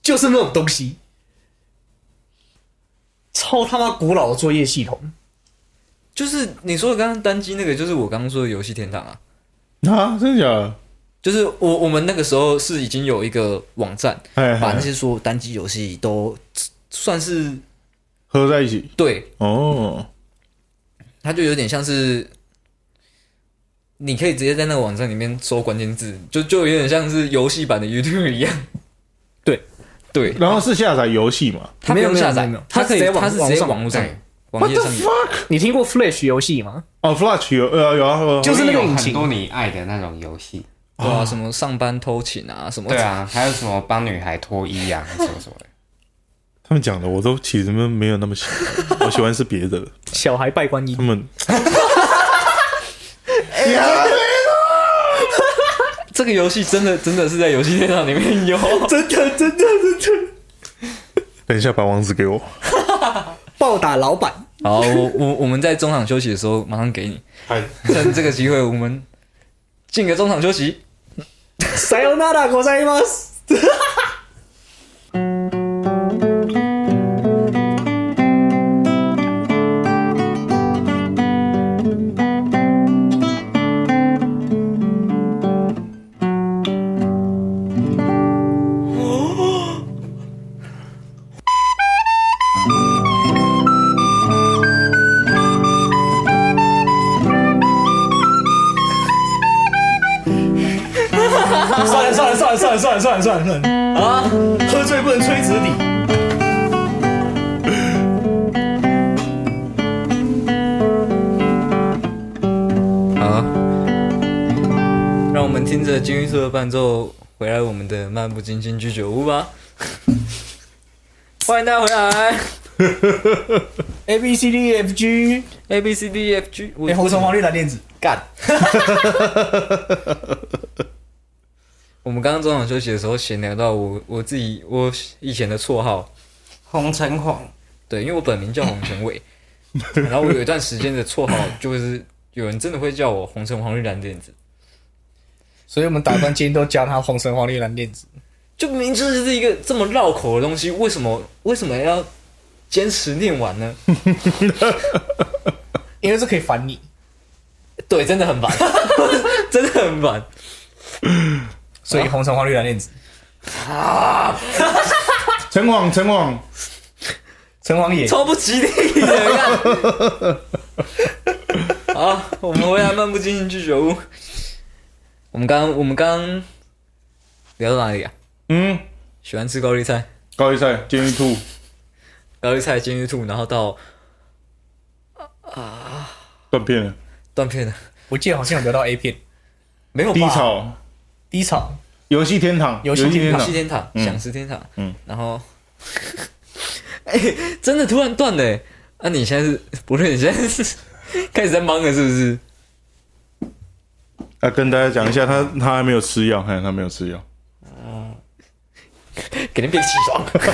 D: 就是那种东西，超他妈古老的作业系统。
B: 就是你说的刚刚单机那个，就是我刚刚说的游戏天堂啊。
A: 啊，真的假的？
B: 就是我我们那个时候是已经有一个网站，
A: 哎，
B: 把那
A: 哎
B: 些所有单机游戏都算是
A: 合在一起
B: 对，
A: 哦，
B: 它就有点像是，你可以直接在那个网站里面搜关键字，就就有点像是游戏版的 YouTube 一样。
D: 对
B: 对，
A: 然后是下载游戏嘛
B: 它不
D: 没有
B: 用
D: 没有
B: 下载
D: 没有没有，
B: 它可以
D: 它直接网
B: 它是直接网络上
C: 对
B: 网页上有。
D: 你听过 Flash 游戏吗？
A: 哦，Flash 有呃有啊，有啊
D: 就是那个
C: 有
D: 引
C: 很
D: 擎
C: 多你爱的那种游戏。
B: 对啊，什么上班偷情啊，什么
C: 对，啊，还有什么帮女孩脱衣啊，什么什么的。
A: 他们讲的我都其实没有那么喜欢， 我喜欢是别的。
D: 小孩拜观音
A: 他。们
B: 这个游戏真的真的是在游戏电脑里面 有。
D: 真的，真的，真的，
A: 等一下把网址给我。
D: 暴打老板，
B: 好，我我我们在中场休息的时候马上给你，
A: 嗨，
B: 趁这个机会我们进个中场休息。
D: 塞欧纳达国塞吗？算了，算了，算了，算了，算了，算了，算了，算了啊！喝醉不能吹纸笛。
B: 好，让我们听着金玉树的伴奏，回来我们的漫不经心居酒屋吧。 欢迎大家回来
D: A B C D E F G，
B: ，A B C D E F G。
D: 哎、红橙黄绿蓝靛紫，干！
B: 我们刚刚中场休息的时候闲聊到我我自己我以前的绰号，
C: 红橙黄，
B: 对，因为我本名叫洪承伟，然后我有一段时间的绰号就是有人真的会叫我红橙黄绿蓝靛紫，
D: 所以我们打算今天都教他红橙黄绿蓝靛紫。
B: 就明知这是一个这么绕口的东西，为什么为什么要坚持念完呢？
D: 因为这可以烦你，
B: 对，真的很烦， 真的很烦。
D: 所以红橙黄绿蓝靛紫，
A: 陈广，陈广，
D: 橙黄野。
B: 超不吉利的。看好，我们回来漫不经心去酒屋。我们刚我们刚聊到哪里啊？
A: 嗯，
B: 喜欢吃高丽菜，
A: 高一赛监狱兔，
B: 高丽菜煎鱼兔，然后到
A: 断片了，
B: 断片了，
D: 我记得好像有聊到 A 片，
B: 没有吧
A: 低潮，
D: 低潮。
A: 游戏天堂，
D: 游戏天
B: 游
A: 堂
B: 戏，天堂，
A: 嗯
B: 享食天堂，
A: 嗯，
B: 然后， 哎、真的突然断了、欸。那、你现在是不是？你现在是 开始在忙了，是不是？
A: 啊，跟大家讲一下，他他还没有吃药，嘿，他没有吃药。
B: 给你变起 床。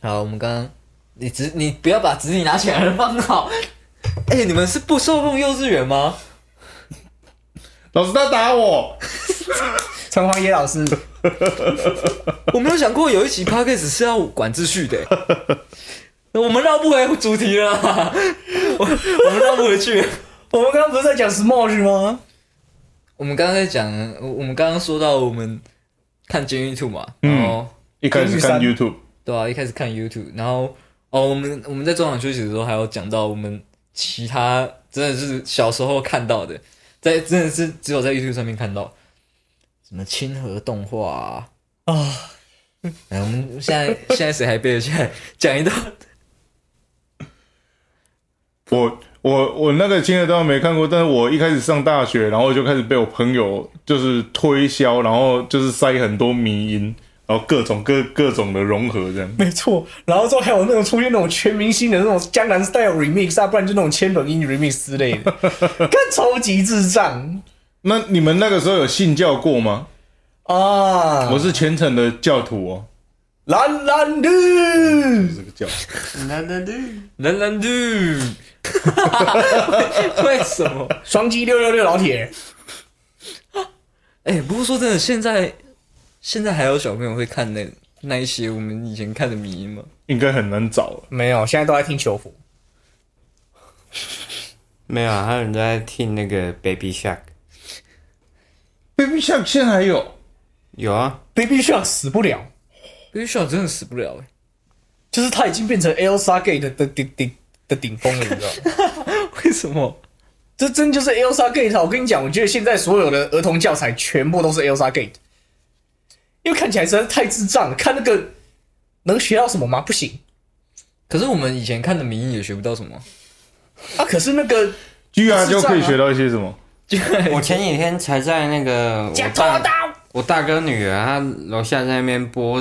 B: 好，我们刚刚你纸你不要把纸笔拿起来了，放好。哎、你们是不收录幼稚园吗？
A: 老师他打我，
D: 陈黄野老师，
B: 我没有想过有一期 podcast 是要管秩序的、那我们绕不回主题了啦，我我们绕不回去。
D: 我们刚刚不是在讲 Smosh 吗？
B: 我们刚刚在讲，我我们刚刚说到我们看监狱 two 嘛，然后、
A: 一开始看
D: 监狱
A: YouTube，
B: 对啊，一开始看 YouTube，然后哦，我们我们在中场休息的时候还有讲到我们其他真的是小时候看到的，在真的是只有在 YouTube 上面看到什么亲和动画啊，
D: 啊，
B: 哎，我们现在现在谁还背得起来？讲一段，
A: 我我我那个金额当然没看过，但是我一开始上大学，然后就开始被我朋友就是推销，然后就是塞很多迷音，然后各种各各种的融合这样。
D: 没错。然后之后还有那种出现那种全明星的那种江南 style remix 啊，不然就那种千本樱 remix 之 类的，看超级智障
A: 那你们那个时候有信教过吗？
D: 啊！
A: 我是虔诚的教徒哦，
D: 蓝蓝的，
A: 这个教。
C: 啦啦啦
B: 蓝蓝绿， 为什么？
D: 双击六六六老铁，
B: 哎、不过说真的，现在现在还有小朋友会看那那一些我们以前看的迷吗？
A: 应该很难找了。
D: 没有，现在都在听求佛。
C: 没有啊，还有人在听那个 Baby Shark，
A: Baby Shark 现在还有，
C: 有啊，
D: Baby Shark 死不了，
B: 因为小真的死不了哎、
D: 就是他已经变成 Elsa Gate 的的顶顶的顶峰了，你知道 吗？
B: 为什么？
D: 这真就是 Elsa Gate 啊！我跟你讲，我觉得现在所有的儿童教材全部都是 Elsa Gate，因为看起来实在是太智障了。看那个能学到什么吗？不行
B: 可是我们以前看的迷音也学不到什么，
D: 啊！可是那个
A: 居然
D: 不是
A: 就
D: 这
A: 可
D: 样啊
A: 以学到一些什么？
C: 我前几天才在那个
D: 假
C: 我
D: 头刀
C: 大我大哥女儿，她楼下在那边播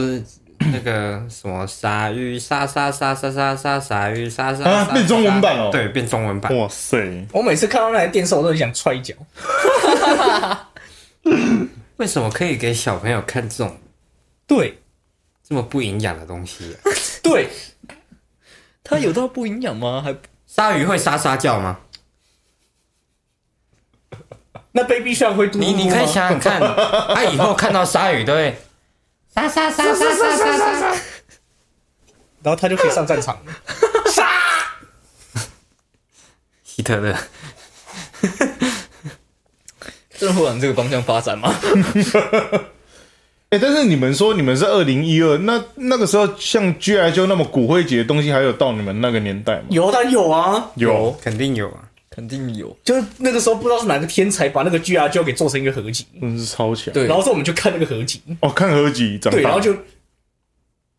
C: 那个什么鲨鱼鲨鲨鲨鲨鲨鲨鲨鱼鲨鲨
A: 啊
C: 鲨
A: 变中文版哦
C: 对，变中文版，
A: 哇塞！
D: 我每次看到那台电视，我都很想踹一脚。
C: 为什么可以给小朋友看这种
D: 对
C: 这么不营养的东西啊？
D: 对，
B: 它有到不营养吗？还
C: 鲨鱼会沙沙 叫吗？
D: 那 Baby Shark 会嘟嘟
C: 你你
D: 吗
C: 可以想想看， 他以后看到鲨鱼都会沙沙沙沙沙沙沙沙，
D: 然后他就可以上战场了。
C: 希特勒。
B: 真的会往这个方向发展吗？
A: 哎、但是你们说你们是二零一二，那那个时候像 G I 就那么骨灰级的东西，还有到你们那个年代吗？
D: 有他有啊，
A: 有，
C: 肯定有啊。
B: 肯定有。
D: 就是那个时候不知道是哪个天才把那个 G R 就给做成一个合集，
A: 真是超强。
B: 对
D: 然后之后我们就看那个合集。
A: 哦，看合集长大，
D: 对，然后就，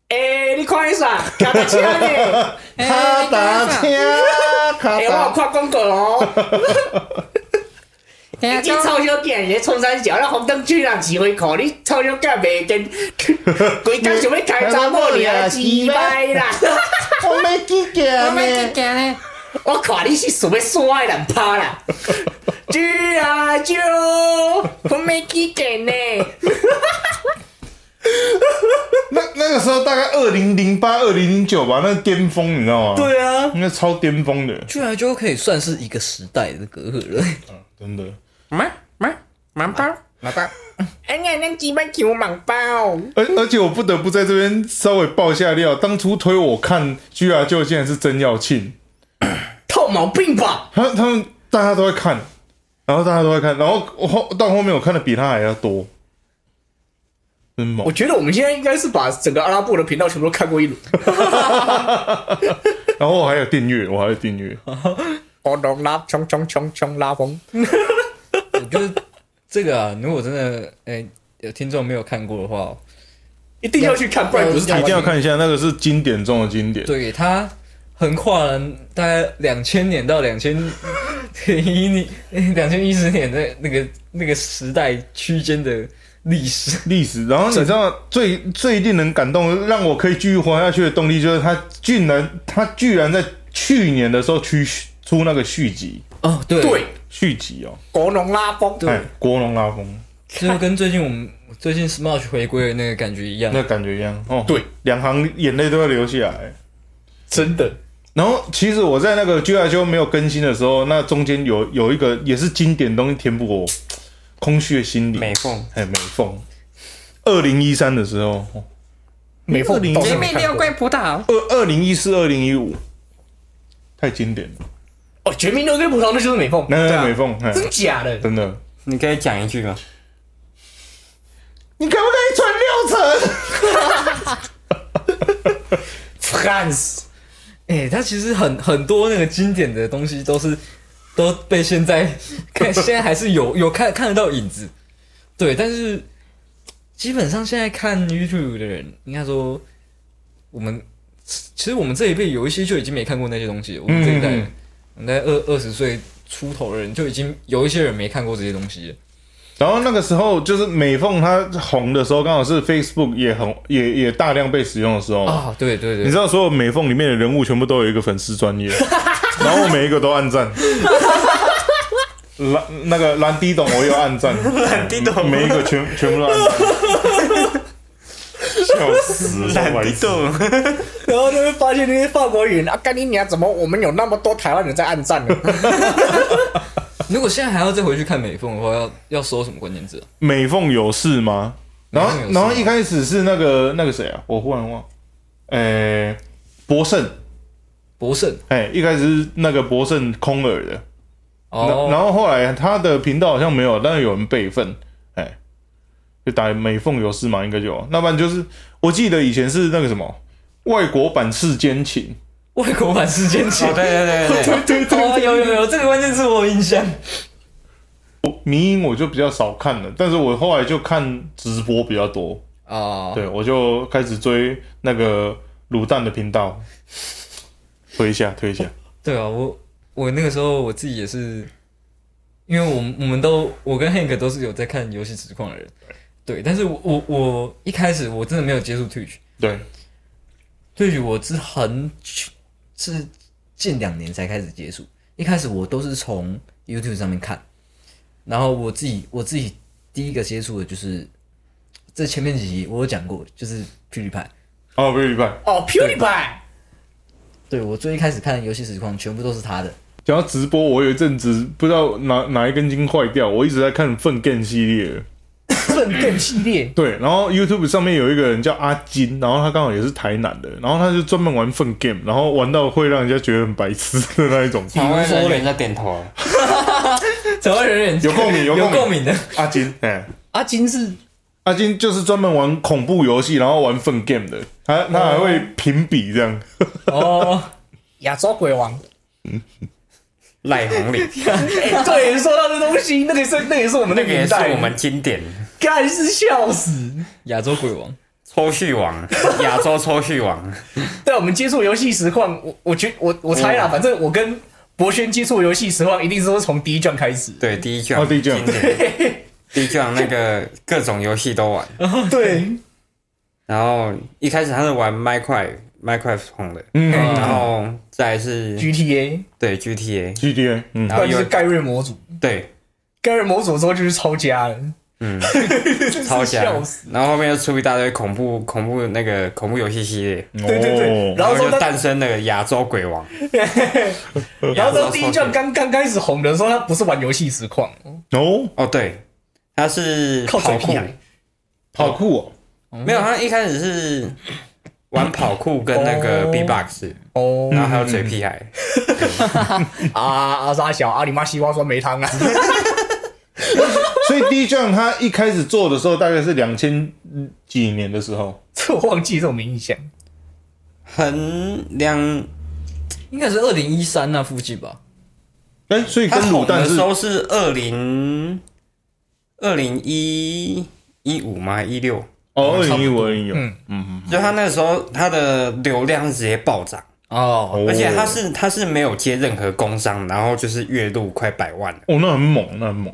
D: 哎、你看一下，卡达车呢？
A: 他打天，他
D: 哎、我有
A: 打
D: 看广告哦，
C: 等
D: 你臭小囝咧冲山桥，那红灯区人是会靠你臭小囝袂跟， 规工想要开 查某你啊，鸡掰啦！
A: 我没记得呢。
D: 我看你是想要耍的人趴啦。居啊就我没记得呢，
A: 那那个时候大概二零零八、二零零九吧，那巅峰，你知道吗？，
D: 啊，
A: 那超巅峰的，
B: 居然就可以算是一个时代的隔阂了。
A: 真的。
C: 妈妈妈包妈包，
D: 哎呀，那鸡巴球盲包，
A: 而哎而且我不得不在这边稍微爆一下料，当初推我看 G R 就竟然是曾耀庆，
D: 套毛病吧？
A: 他他们大家都在看，然后大家都在看，然后我后到后面我看的比他还要多，真猛
D: 我！觉得我们现在应该是把整个阿拉伯的频道全部都看过一轮。
A: 然后我还有订阅，我还有订阅，
D: 咚咚拉，冲冲冲冲拉风。
B: 我觉得这个啊，如果真的哎、有听众没有看过的话，
D: 一定要去看，不然不是台
A: 一定
D: 湾
A: 要看一下，那个是经典中的经典。
B: 对它横跨了大概两千年到两千一年、 两千一十年的那个那个时代区间的历史。
A: 历史。然后你知道最最令人感动，让我可以继续活下去的动力，就是他竟然他居然在去年的时候去出那个续集，
B: 哦，对
D: 对，
A: 续集哦，
D: 国农拉风，
B: 对
A: 哎，国龙拉风
B: 就跟最近我们最近 Smash 回归的那个感觉一样。
A: 那感觉一样哦，
D: 对，
A: 两行眼泪都要流下来。
D: 真的
A: 然后其实我在那个 G I 修没有更新的时候，那中间有有一个也是经典东西填补我空虚的心理。
C: 美凤
A: 哎，美凤，二零一三的时候，
D: 美凤哦
A: 20
D: 倒是
A: 前
D: 没看过
C: 葡萄，
A: 二二零一四、二零一五，太经典了。
D: 哦，绝命六根葡萄那就是美凤，
A: 那
C: 对
A: 那
C: 啊
A: 美凤，哎
D: 真假的？
A: 真的，
C: 你可以讲一句 吗？
A: 你可不可以存六成？
D: France，
B: 哎、他其实很很多那个经典的东西都是都被现在 看，现在还是有有看看得到影子。对，但是基本上现在看 YouTube 的人，应该说我们其实我们这一辈有一些就已经没看过那些东西了。我们这一代，
A: 嗯
B: 我们在二二十岁出头的人就已经有一些人没看过这些东西了。
A: 然后那个时候就是美凤她红的时候，刚好是 Facebook 也很也也大量被使用的时候嘛。
B: 啊、对对
A: 你
B: 对
A: 知，道所有美凤里面的人物全部都有一个粉丝专业，然后我每一个都按赞。蓝那个蓝迪董我有按赞，蓝迪
C: 董
A: 每一个全全部都按赞，笑死了，
C: 懒
A: 白
C: 得
A: 痴
C: 动，
D: 然后就会发现那些法国人啊，干你娘！怎么我们有那么多台湾人在暗战呢？
B: 如果现在还要再回去看美凤的话，要要搜什么关键字啊、
A: 美凤有事吗？然后
B: 美凤有事
A: 然
B: 吗
A: 后一开始是那个那个谁啊，我忽然忘，呃，博胜，
B: 博胜
A: 哎，一开始是那个博胜空耳的，
B: 哦，
A: 然后后来他的频道好像没有，但是有人备份，哎，就打美凤有事嘛，应该就有。那不然就是我记得以前是那个什么外国版《世间情
B: 外国版事件
C: 哦，对对对对，
B: 对对哦，有有有，这个关键字我有印象。》，
A: 我迷音我就比较少看了，但是我后来就看直播比较多，
B: 哦，
A: 对我就开始追那个卤蛋的频道，推一下推一下，
B: 对啊，我我那个时候我自己也是，因为我们我们都我跟 Hank 都是有在看游戏实况的人，对，但是我我我一开始我真的没有接触 Twitch，Twitch
A: 对，
B: 我是很是近两年才开始接触，一开始我都是从 YouTube 上面看，然后我自己我自己第一个接触的就是，这前面几集我有讲过，就是霹雳派。
A: 哦，不是礼拜。
D: 哦，PewDiePie，
B: 对我最一开始看游戏实况，全部都是他 的。
A: 讲到直播，我有一阵子不知道哪哪一根筋坏掉，我一直在看粪 game 系列。
D: 粪便系列，
A: 对，然后 YouTube 上面有一个人叫阿金，然后他刚好也是台南的，然后他就专门玩粪 game，然后玩到会让人家觉得很白痴的那一 种。
C: 台湾人人在点头，
B: 台湾人人
A: 有共鸣有
B: 有
A: 共鸣
B: 共鸣的。
A: 阿金，哎，
B: 啊
D: 阿金是
A: 阿金就是专门玩恐怖游戏，然后玩粪 game 的，他他还会评比这样。
B: 哦，
D: 亚洲鬼王。
C: 赖红领，
D: 哎对，说到这东西，那个是那个也是我 们
C: 那个也
D: 年
C: 是
D: 代，
C: 我们经典
D: 干是笑死。
B: 亚洲鬼王，
C: 抽序王，亚洲抽序王，
D: 对，我们接触游戏实况，我我觉我我猜啦，
C: 嗯
D: 反正我跟博轩接触游戏实况，一定都是从第一卷开始。
C: 对，第一卷，
A: 哦第一卷
C: 经典，第一卷那个各种游戏都玩，
D: 对，
C: 然后一开始他是玩麦块麦块红的，
A: 嗯
C: 然后再来是
D: GTA，
C: 对 GTA，
A: ，GTA，嗯，
D: 不
C: 然后
D: 然就
C: 又
D: 是盖瑞模组，
C: 对
D: 盖瑞模组之后就是抄家了，
C: 嗯，超强
D: 笑死。，
C: 然后后面又出一大堆恐怖恐怖那个恐怖游戏系列，
D: 对对对，
A: 哦
D: 然后说
C: 就
D: 他，
C: 诞生了亚洲鬼王，
D: 然后到第一卷刚刚开始红的时候，他不是玩游戏实况，
A: 哦，
C: 哦对，他是
D: 靠
C: 跑
D: 嘴啊
C: 酷
D: 皮，来
A: 好酷哦，
C: 没有他一开始是玩跑酷跟那个
D: 哦
C: B box，
D: 哦
C: 然后还有嘴屁孩，
D: 啊阿沙小阿里妈西瓜酸梅汤啊，
A: 所以 D j 他一开始做的时候大概是两千几年的时候，
D: 这我忘记这种印象。
C: 很两。
B: 应该是二零一三那附近吧？
A: 哎，所以跟
C: 他
A: 卤
C: 红
A: 蛋
C: 的
A: 是
C: 时候是二零二零一一五吗？一六？
A: 哦，二零一五二零一五，
D: 嗯
C: 就他那个时候，他的流量是直接暴涨，
B: 哦，
A: 哦
C: 而且他是他是没有接任何工商，然后就是月入快百万了。
A: 哦，那很猛，那很猛，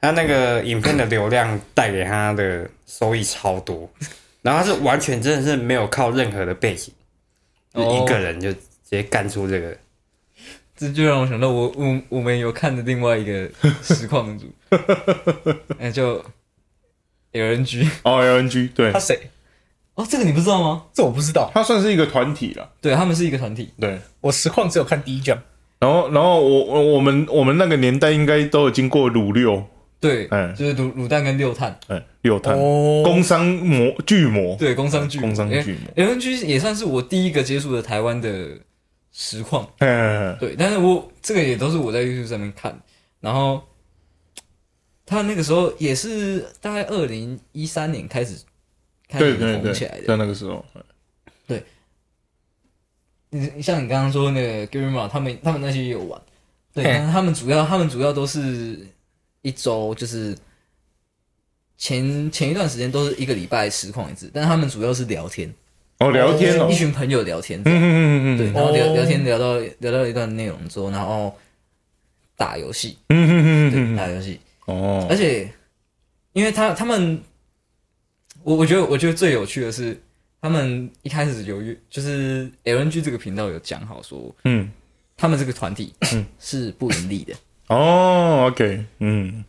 C: 他那个影片的流量带给他的收益超多，然后他是完全真的是没有靠任何的背景，就
B: 哦
C: 一个人就直接干出这个。
B: 这就让我想到我我我们有看的另外一 个实况组，那就 LNG。
A: 哦，LNG 对
D: 他，谁？
B: 哦，这个你不知道吗？
D: 这我不知道，
A: 他算是一个团体了，
B: 对他们是一个团体，
A: 对。
D: 我实况只有看第一卷。
A: 然后，然后我我我们我们那个年代应该都有经过鲁六，
B: 对，
A: 哎
B: 就是卤卤蛋跟六碳，
A: 哎，六碳，
D: 哦
A: 工商模巨魔，
B: 对，工商哎巨
A: 工商巨
B: 魔因为 LNG 也算是我第一个接触的台湾的实况，
A: 哎哎，哎
B: 对，但是我这个也都是我在 YouTube 上面看，然后他那个时候也是大概二零一三年开始开
A: 对
B: 始
A: 对
B: 红
A: 对
B: 起来，的。
A: 在那个时候，哎
B: 你像你刚刚说那个 Grimma，他们他们那些也有玩，对，
D: 嘿
B: 但是他们主要他们主要都是一周就是前前一段时间都是一个礼拜实况一次，但是他们主要是聊天，
A: 哦，聊天哦
B: 一，群朋友聊天，
A: 嗯嗯嗯嗯嗯，
B: 对，然后聊、
D: 哦
B: 聊天聊到聊到一段内容之后，然后打游戏，
A: 嗯嗯嗯
B: 对，
A: 嗯嗯，
B: 打游戏，
A: 哦
B: 而，且因为他他们，我我觉得我觉得最有趣的是，他们一开始有约，就是 LNG 这个频道有讲好说，
A: 嗯，
B: 他们这个团体 是不盈利的，
A: 哦，OK，嗯，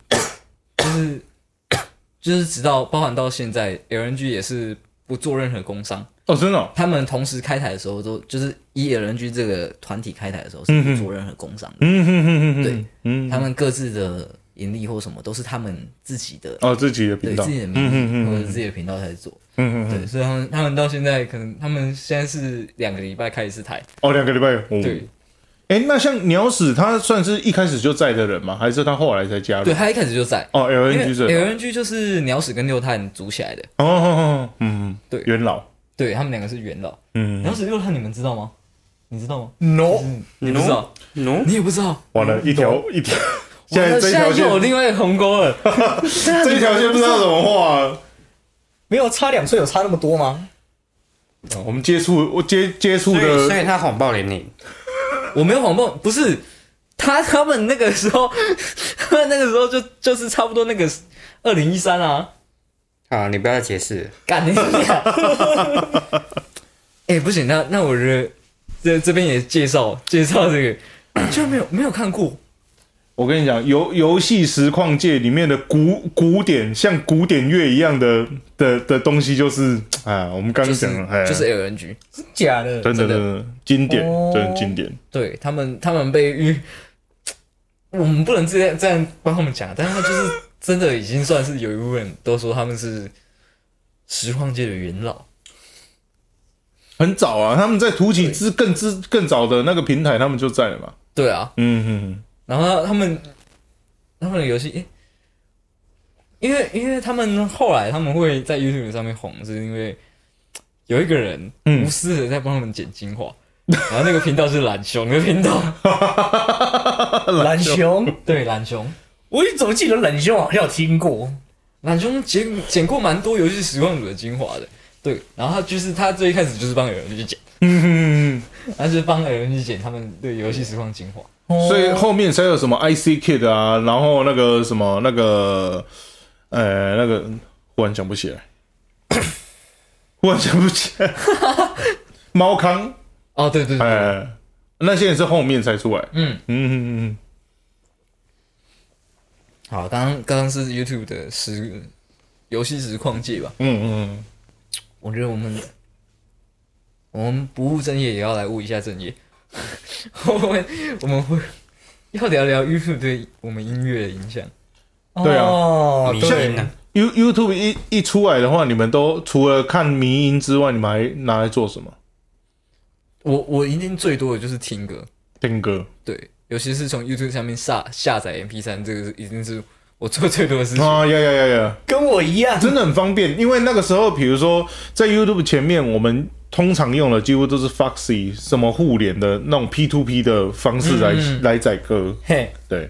B: 就是 就是直到包含到现在，LNG 也是不做任何工商。
A: 哦，真的哦，
B: 他们同时开台的时候都就是以 LNG 这个团体开台的时候是
A: 嗯
B: 不
A: 哼
B: 做任何工商的，
A: 嗯哼哼哼，
B: 对，
A: 嗯，
B: 他们各自的盈利或什么都是他们自己的。
A: 哦，自己的
B: 对
A: 频道，
B: 自己的名
A: 嗯
B: 义
A: 嗯
B: 或
A: 嗯
B: 者自己的频道才做，
A: 嗯嗯嗯，
B: 对，所以他们他们到现在可能他们现在是两个礼拜开一次台，
A: 哦，两个礼拜，哦
B: 对，
A: 哎，那像鸟屎，他算是一开始就在的人吗？还是他后来才加入？
B: 对，他一开始就在，
A: 哦
B: 因为
A: ，LNG 这个，
B: LNG 就是鸟屎跟六探组起来的，
A: 哦哦哦，嗯，
B: 对
A: 元老，
B: 对他们两个是元老，
A: 嗯
B: 鸟，屎六探你们知道吗？你知道吗？
D: No，
B: 你不知道，
C: 喏，
B: 你也不知道，
A: 完了，一条一条， 现
B: 哇
A: 在
B: 那
A: 这一
B: 现在
A: 条
B: 又有
A: 线，
B: 另外一个鸿沟了，
A: 这一条线不知道怎么画了。
D: 没有差两岁有差那么多吗？
A: 哦我们接触，我接接触
C: 所以所
A: 的，
C: 以他谎报年龄，
B: 我没有谎报，不是他他们那个时候， 他们那个时候就就是差不多那个二零一三啊，
C: 好，你不要解释了，
B: 干你娘！ 哎、不行，那那我觉得这这边也介绍介绍这个，居然没有没有看过，
A: 我跟你讲，游游戏实况界里面的古古典，像古典乐一样的的的东西，就是啊，我们刚
B: 就
A: 刚
B: 是
A: 讲了，哎，
B: 就是 LNG，
D: 假的，
A: 真的真
B: 真的
A: 的经典
D: 哦，
A: 真的经典。
B: 对他们他们被誉，我们不能这样这样帮他们讲，但是他就是真的已经算是有一部分人都说他们是实况界的元老。
A: 很早啊，他们在土起之更之更早的那个平台，他们就在了嘛。
B: 对啊，
A: 嗯嗯
B: 然后他们他们的游戏，诶因为因为他们后来他们会在 YouTube 上面红，是因为有一个人
A: 嗯
B: 无私的在帮他们剪精华，然后那个频道是懒熊的 频道，
D: 懒熊，
B: 对懒熊，
D: 我怎么记得懒熊好像有听过？
B: 懒熊剪剪过蛮多游戏实况组的精华的，对，然后他就是他最一开始就是帮 LNG 剪，
A: 嗯
B: 他就是帮 LNG 剪他们的游戏实况精华，
A: 嗯，所以后面才有什么 IC Kid 啊，然后那个什么那个，呃，那个忽然想不起来， 忽然想不起来，猫康，
B: 哦，对对对，
A: 哎、那些也是后面才出来。
B: 嗯。
A: 嗯嗯
B: 好，刚刚刚刚是 YouTube 的实游戏实况界吧？
A: 嗯嗯嗯，
B: 我觉得我们我们不务正业也要来务一下正业。 我们我们会要聊聊 YouTube 对我们音乐的影响。
A: 对啊
D: 哦
C: 迷
D: 对
C: 音呢？
A: You YouTube 一一出来的话，你们都除了看迷音之外，你们还拿来做什么？
B: 我我一定最多的就是听歌，
A: 听歌
B: 对，尤其是从 YouTube 上面下下载 MP 3这个是已经是我做最多的事情。
A: 啊呀呀呀呀！
D: 跟我一样，
A: 真的很方便，因为那个时候，比如说在 YouTube 前面，我们通常用的几乎都是 Foxy 什么互联的那种 P to P 的方式来、来载歌，
D: 嘿，
A: 对。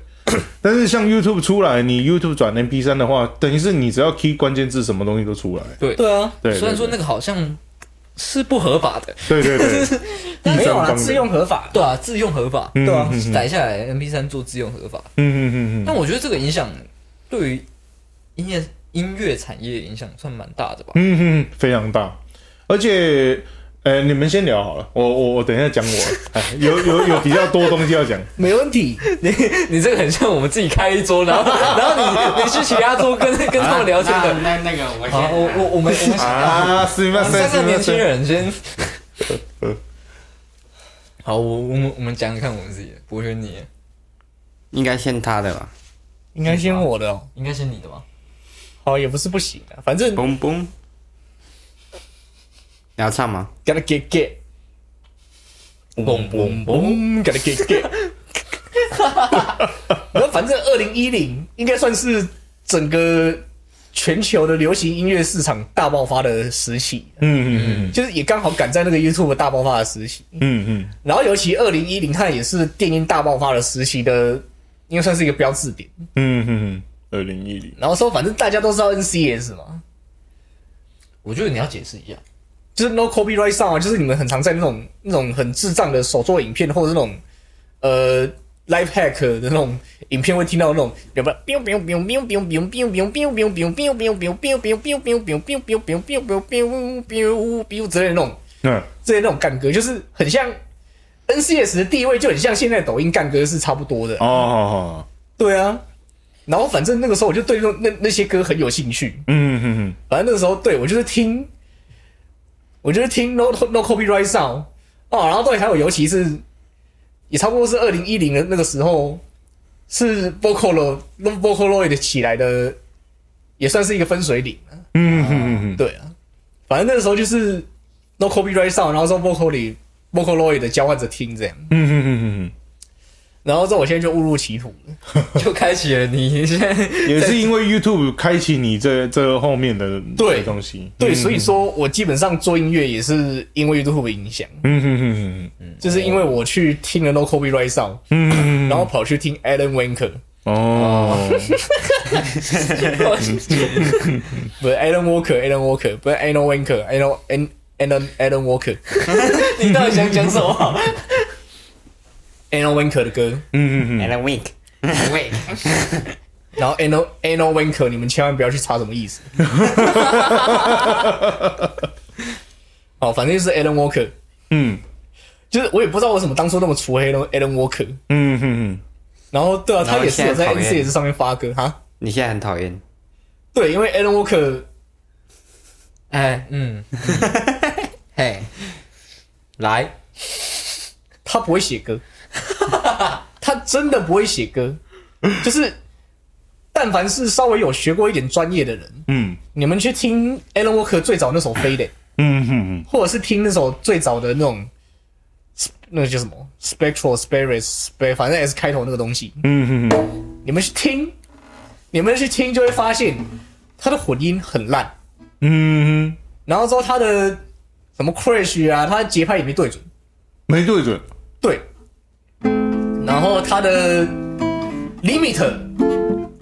A: 但是像 YouTube 出来，你 YouTube 转 MP 3的话，等于是你只要 key 关键字，什么东西都出来。
D: 对啊，
A: 对，
B: 虽然说那个好像是不合法的，
A: 对对对，对
D: 没有
A: 第三
D: 啦，
A: 方的
D: 自用合法，
B: 对啊，自用合法，
A: 嗯
D: 对啊
A: 嗯
B: 改下来 MP 3做自用合法。
A: 嗯嗯嗯
B: 但我觉得这个影响对于音乐音乐产业影响算蛮大的吧。
A: 嗯嗯，非常大。而且，呃，你们先聊好了，我我我等一下讲我，哎有有有比较多东西要讲。
D: 没问题。
B: 你 你这个很像我们自己开一桌，然后 然后你你去其他桌跟跟他们聊天 的。
C: 那那那个我
B: 好，我我我们我们
A: 啊，是
B: 我
A: 吗？
B: 们
A: 是
B: 三个
A: 吗
B: 年轻。
A: 是吗
B: 人 先。好，我我们我们讲讲看我们自己的，博轩你
C: 应该先他的吧，
D: 应该先我的哦，
B: 应该是你的吧？
D: 好也不是不行啊，反正
C: 嘣嘣。你要唱吗？
D: gotta get get，
B: 嘣嘣嘣！
D: 嘣，gotta get get。然后反正二零一零应该算是整个全球的流行音乐市场大爆发的时期，
A: 嗯嗯
D: 就是也刚好赶在那个 YouTube 大爆发的时期。
A: 嗯嗯嗯，
D: 然后尤其二零一零，它也是电音大爆发的时期的，应该算是一个标志点。
A: 嗯嗯，二零一零，
D: 然后说，反正大家都知道 NCS 嘛，
B: 我觉得你要解释一下，
D: 就是 No Copyright Song 啊，就是你们很常在那种那种很智障的手作影片，或者那种呃 Live Hack 的那种影片，会听到那种有没有 biu biu biu biu biu biu biu biu biu biu biu biu biu biu biu biu biu biu biu biu biu biu biu biu biu biu 之类的那种
A: 嗯
D: 之类那种干歌，就是很像 NCS 的地位，就很像现在抖音干歌是差不多的。
A: 哦哦，
D: 对啊，然后反正那个时候我就对那那那些歌很有兴趣。
A: 嗯嗯
D: 反正那个时候对我就是听，我就是听 No No Copyright Sound 哦，然后对，还有尤其是也差不多是二零一零的那个时候，是 Vocaloid Vocaloid 起来的，也算是一个分水岭。啊
A: 嗯嗯嗯
D: 对啊，反正那个时候就是 No Copyright Sound，然后说 Vocaloid Vocaloid 交换着听这样，
A: 嗯嗯嗯
D: 然后之后我现在就误入歧途了。
B: 就开启了你现在
A: 嗯，也是因为 YouTube 开启你这这后面的东西，
D: 对，所以说我基本上做音乐也是因为 YouTube 影响，
A: 嗯嗯嗯嗯
D: 就是因为我去听了 No Copyright Sound，
A: 嗯，
D: 然后跑去听 Alan Walker，
A: 哦，
D: 不是 Alan Walker，Alan Walker，不是 Alan Walker，Alan Alan Alan Alan Walker，Alan
B: 你到底想讲什么？
D: Walker 的歌，
A: 嗯嗯嗯，
C: a l a n Wink，
B: 喂，
D: 然后 Alan Alan Walker，你们千万不要去查什么 意思。哦，反正就是 Alan Walker，
A: 嗯
D: 就是我也不知道为什么当初那么除黑 Alan Alan Walker，
A: 嗯嗯
D: 然后对啊，他
C: 然后
D: 也是有
C: 现在
D: 在
C: 讨厌
D: NCS 上面发歌哈，
C: 你现在很讨厌，
D: 对，因为 Alan Walker
B: 哎， 嗯，嘿，来，
D: 他不会写 歌，他真的不会写歌，就是但凡是稍微有学过一点专业的人，
A: 嗯
D: 你们去听 Alan Walker 最早那首《飞》的，
A: 嗯嗯
D: 或者是听那首最早的那种，那个叫什么 Spectral Spirits，Spir- 反正 S 开头那个东西，
A: 嗯嗯
D: 你们去听，你们去听就会发现他的混音很烂，
A: 嗯，
D: 然后之后他的什么 crash 啊，他的节拍也没对准，
A: 没对准，
D: 对，然后他的 limit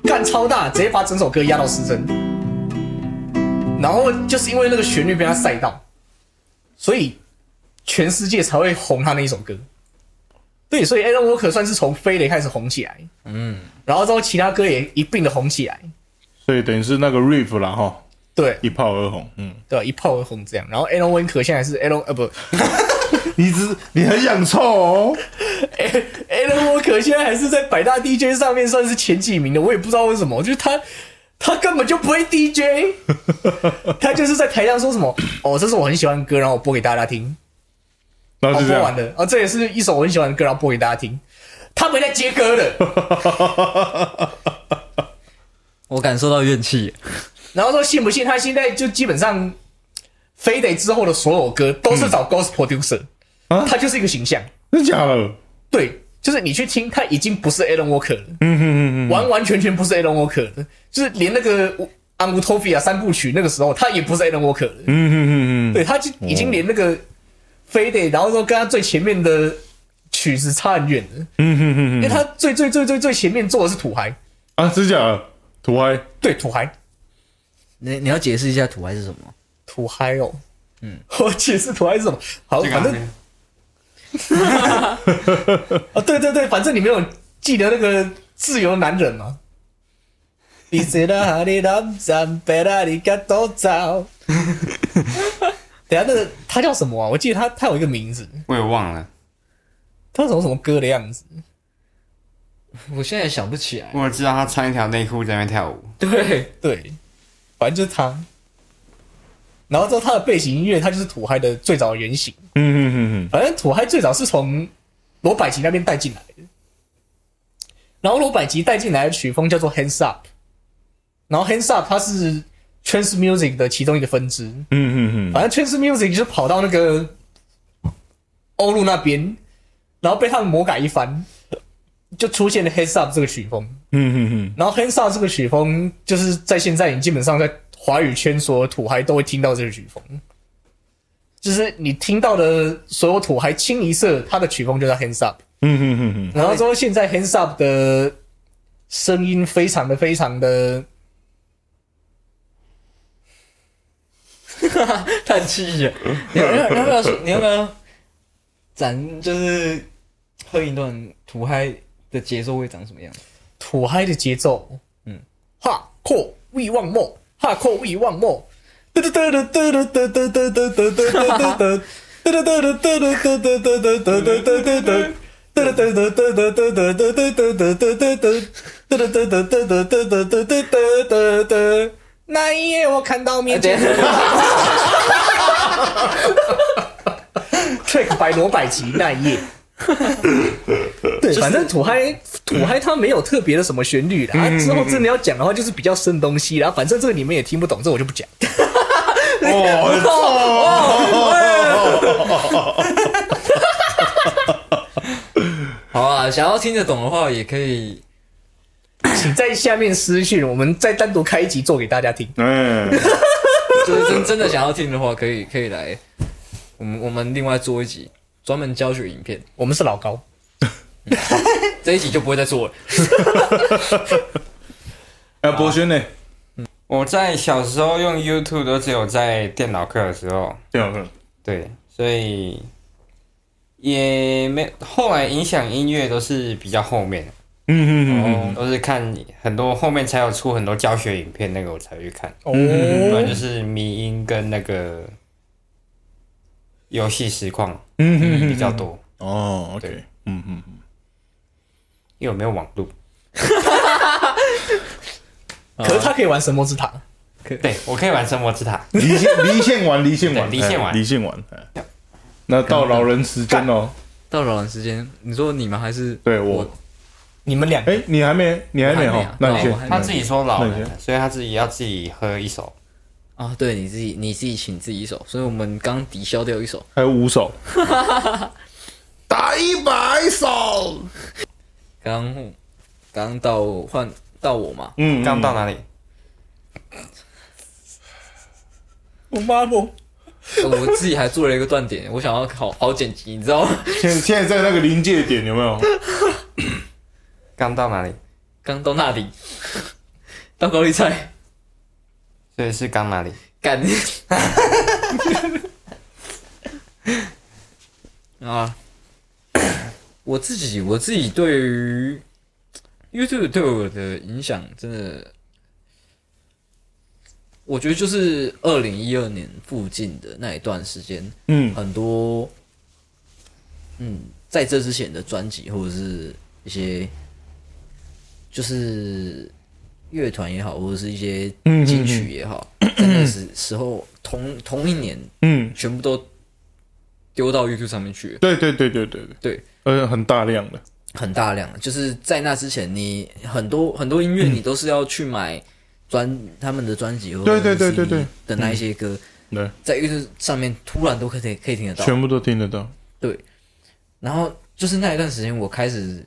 D: 干超大，直接把整首歌压到失真。然后就是因为那个旋律被他塞到，所以全世界才会红他那一首歌。对，所以 Alan Walker 算是从飞雷开始红起来，嗯，然后之后其他歌也一并的红起来，
A: 所以等于是那个 riff 啦哈，
D: 对
A: 一炮而红，嗯，
D: 对，一炮而红这样。然后 Alan Walker 现在是 Alan 呃不
A: 你只你很想凑哦，
D: Alan Walker 现在还是在百大 DJ 上面算是前几名的，我也不知道为什么，就是他他根本就不会 DJ，他就是在台上说什么哦，这是我很喜欢的歌，然后我播给大家听，
A: 然后
D: 哦
A: 就这
D: 播完
A: 样，
D: 了，哦这也是一首我很喜欢的歌，然后播给大家听，他没在接 歌的，
B: 我感受到怨气。
D: 然后说信不信他现在就基本上非得之后的所有歌都是找 Ghost Producer，、
A: 嗯啊
D: 他就是一个形象，
A: 真假了，
D: 对，就是你去听，他已经不是 Alan Walker 了。
A: 嗯嗯嗯
D: 完完全全不是 Alan Walker 的，就是连那个《安古托比亚》三部曲那个时候，他也不是 Alan Walker 的，
A: 嗯嗯嗯
D: 对，他就已经连那个非得，然后说跟他最前面的曲子差很远的，
A: 嗯
D: 因
A: 嗯嗯，
D: 为他最最最最最前面做的是土嗨，
A: 啊，真假了，土嗨，
D: 对，土嗨，
B: 你你要解释一下土还是什么？
D: 土嗨哦，嗯， 我解释土嗨是什么，好，哦反正啊，对对对，反正你没有记得那个自由男人嘛。你是那哈里南站，贝拉里嘎多早。等一下，那个他叫什么啊？我记得他他有一个名字，
C: 我也忘了，
D: 他有什么什么歌的样子？
B: 我现在也想不起来。
C: 我只知道他穿一条内裤在那边跳舞，
B: 对，
D: 对，反正就是他。然后之后他的背景音乐，他就是土嗨的最早的原型。
A: 嗯嗯嗯
D: 反正土嗨最早是从罗百吉那边带进来的。然后罗百吉带进来的曲风叫做 Hands Up，然后 Hands Up 它是 Trance Music 的其中一个分支，
A: 嗯嗯嗯，
D: 反正 Trance Music 就跑到那个欧陆那边，然后被他们魔改一番，就出现了 Hands Up 这个曲风。
A: 嗯嗯
D: 然后 Hands Up 这个曲风，就是在现在你基本上在华语圈所有土嗨都会听到这个曲风，就是你听到的所有土嗨清一色，它的曲风就叫 Hands Up。
A: 嗯嗯嗯嗯，
D: 然后之后现在 Hands Up 的声音非常的非常的，
B: 叹气呀！你要你要不要说？你要不要？咱就是哼一段土嗨的节奏会长什么样？
D: 土嗨的节奏，嗯，哈阔 we want more，哈阔 we want more，哒哒哒哒哒哒哒哒哒哒哒哒哒哒。哒哒哒哒哒哒哒哒哒哒哒哒哒哒，哒哒哒哒哒哒哒哒哒哒哒哒哒哒，哒哒哒哒哒哒哒哒哒哒哒哒。那一夜我看到面前，Trick 白罗百吉那一夜。 对，反正土嗨土嗨它没有特别的什么旋律啦。啊之后真的要讲的话，就是比较深的东西啦。反正这个你们也听不懂，这我就不讲。
B: 好啊，想要听得懂的话，也可以
D: 请在下面私讯，我们再单独开一集做给大家听。
A: 哎，
B: 就是真真的想要听的话，可以可以来，我们我们另外做一集专门教学影片，
D: 我们是老高。
B: 这一集就不会再做了。
A: 哎，博轩呢？
C: 我在小时候用 YouTube 都只有在电脑课的时候，
A: 这样子，
C: 对，所以也没后来影响音乐都是比较后面的，
A: 嗯嗯嗯
C: 都是看很多后面才有出很多教学影片，那个我才去看，
D: 哦，
C: 不然就是迷音跟那个游戏实况
A: 嗯嗯嗯，
C: 比较多，
A: 哦，OK，嗯嗯嗯，
C: 因为我没有网路，
D: 可是他可以玩神魔之塔。
C: 对我可以玩神魔之塔，
A: 离线离线玩，离线玩，离线玩，哎那到老人时间喽，
B: 到老人时间，你说你们还是
A: 对我，
D: 你们两个，
A: 哎，你还没，你还没哈， 那你先，嗯
C: 他自己说老啊
A: 那你
C: 了，所以他自己要自己喝一手，
B: 啊？对你自己你自己请自己一首，所以我们刚抵消掉一首。
A: 还有五手， 打一百手，
B: 刚刚到换到我嘛，
A: 嗯，
C: 刚到哪里？
D: 我妈我
B: 呃我自己还做了一个断点，我想要好好剪辑，你知道吗？
A: 现现在在那个临界点有没 有？
C: 刚到哪里？
B: 刚到那里， 到高丽菜，
C: 所以是刚哪里？
B: 干 啊！我自己我自己对于 YouTube 对我的影响，真的，我觉得就是二零一二年附近的那一段时间，
A: 嗯
B: 很多，嗯，在这之前的专辑或者是一些，就是乐团也好，或者是一些
A: 嗯嗯嗯
B: 金曲也好，在 那时时候同同一年，
A: 嗯，
B: 全部都丢到 YouTube 上面去了，
A: 对对对对对对，
B: 对，
A: 呃，很大量的，
B: 很大量的。就是在那之前，你很多很多
A: 嗯
B: 音乐你都是要去买专他们的专辑或者
A: 对对对对
B: CD
A: 对嗯
B: 的那一些歌，
A: 对，
B: 在 YouTube 上面突然都可以可以听得到，
A: 全部都听得到，
B: 然后就是那一段时间，我开始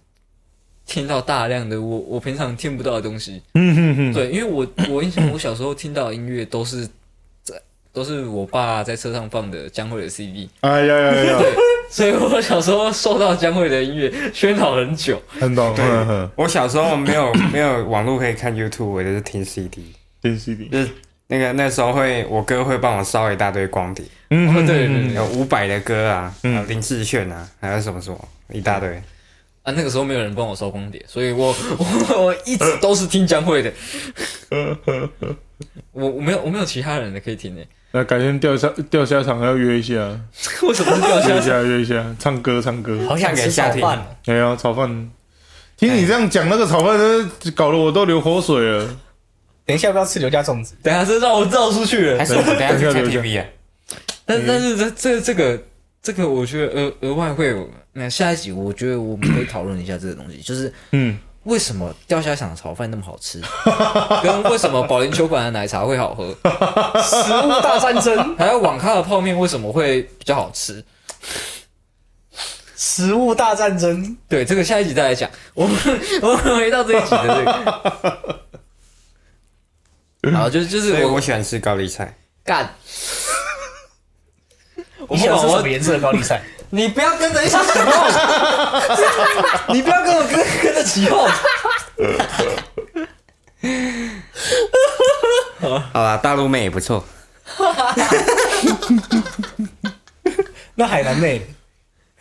B: 听到大量的我我平常听不到的东西。
A: 嗯哼哼，
B: 对，因为我我印象我小时候听到的音乐都是在都是我爸在车上放的江蕙的 CD，
A: 哎呀呀 呀，
B: 所以我小时候受到江蕙的音乐熏陶很久。
A: 很懂，嗯哼，
C: 我小时候没有没有网络可以看 YouTube，我就是听 CD，
A: 听 CD，
C: 就是那个那时候会我哥会帮我烧一大堆光碟，
A: 嗯
B: 哦，对对对
C: 有伍佰的歌啊，还有林志炫啊，还有什么什么一大堆。
B: 啊，那个时候没有人帮我烧光碟，所以我 我我一直都是听江 蕙的。我我没有我没有其他人的可以听诶、
A: 那改天钓虾钓虾场要约一下，
B: 为什么是掉
A: 约一
B: 下？
A: 下约一下，唱歌唱歌。
D: 好想吃炒饭哦。
A: 哎呀，炒饭，听你这样讲那个炒饭，真搞得我都流口水了。
D: 等一下要不要吃刘家粽子？
B: 等一下，这让我绕出去了
C: 还。是我们等一下去
A: 等一下等
C: KTV 啊？
B: 但但是这这这个这个，我觉得额额外会有。那下一集，我觉得我们可以讨论一下这个东西，就是
A: 嗯
B: 为什么钓虾场的炒饭那么好吃，跟为什么保龄球馆的奶茶会好喝，
D: 食物大战 争，
B: 还有网咖的泡面为什么会比较好吃？
D: 食物大战争，
B: 对，这个下一集再来讲。我们我们回到这一集的这个，好，就就是
C: 所以
B: 我
C: 我喜欢吃高丽菜。
B: 干，
D: 你想吃
B: 我
D: 什么颜色的高丽 菜？
B: 你不要跟着一起起哄，你不要跟我跟跟着起哄。
C: 好啦，大陆妹也不错。
D: 那海南妹，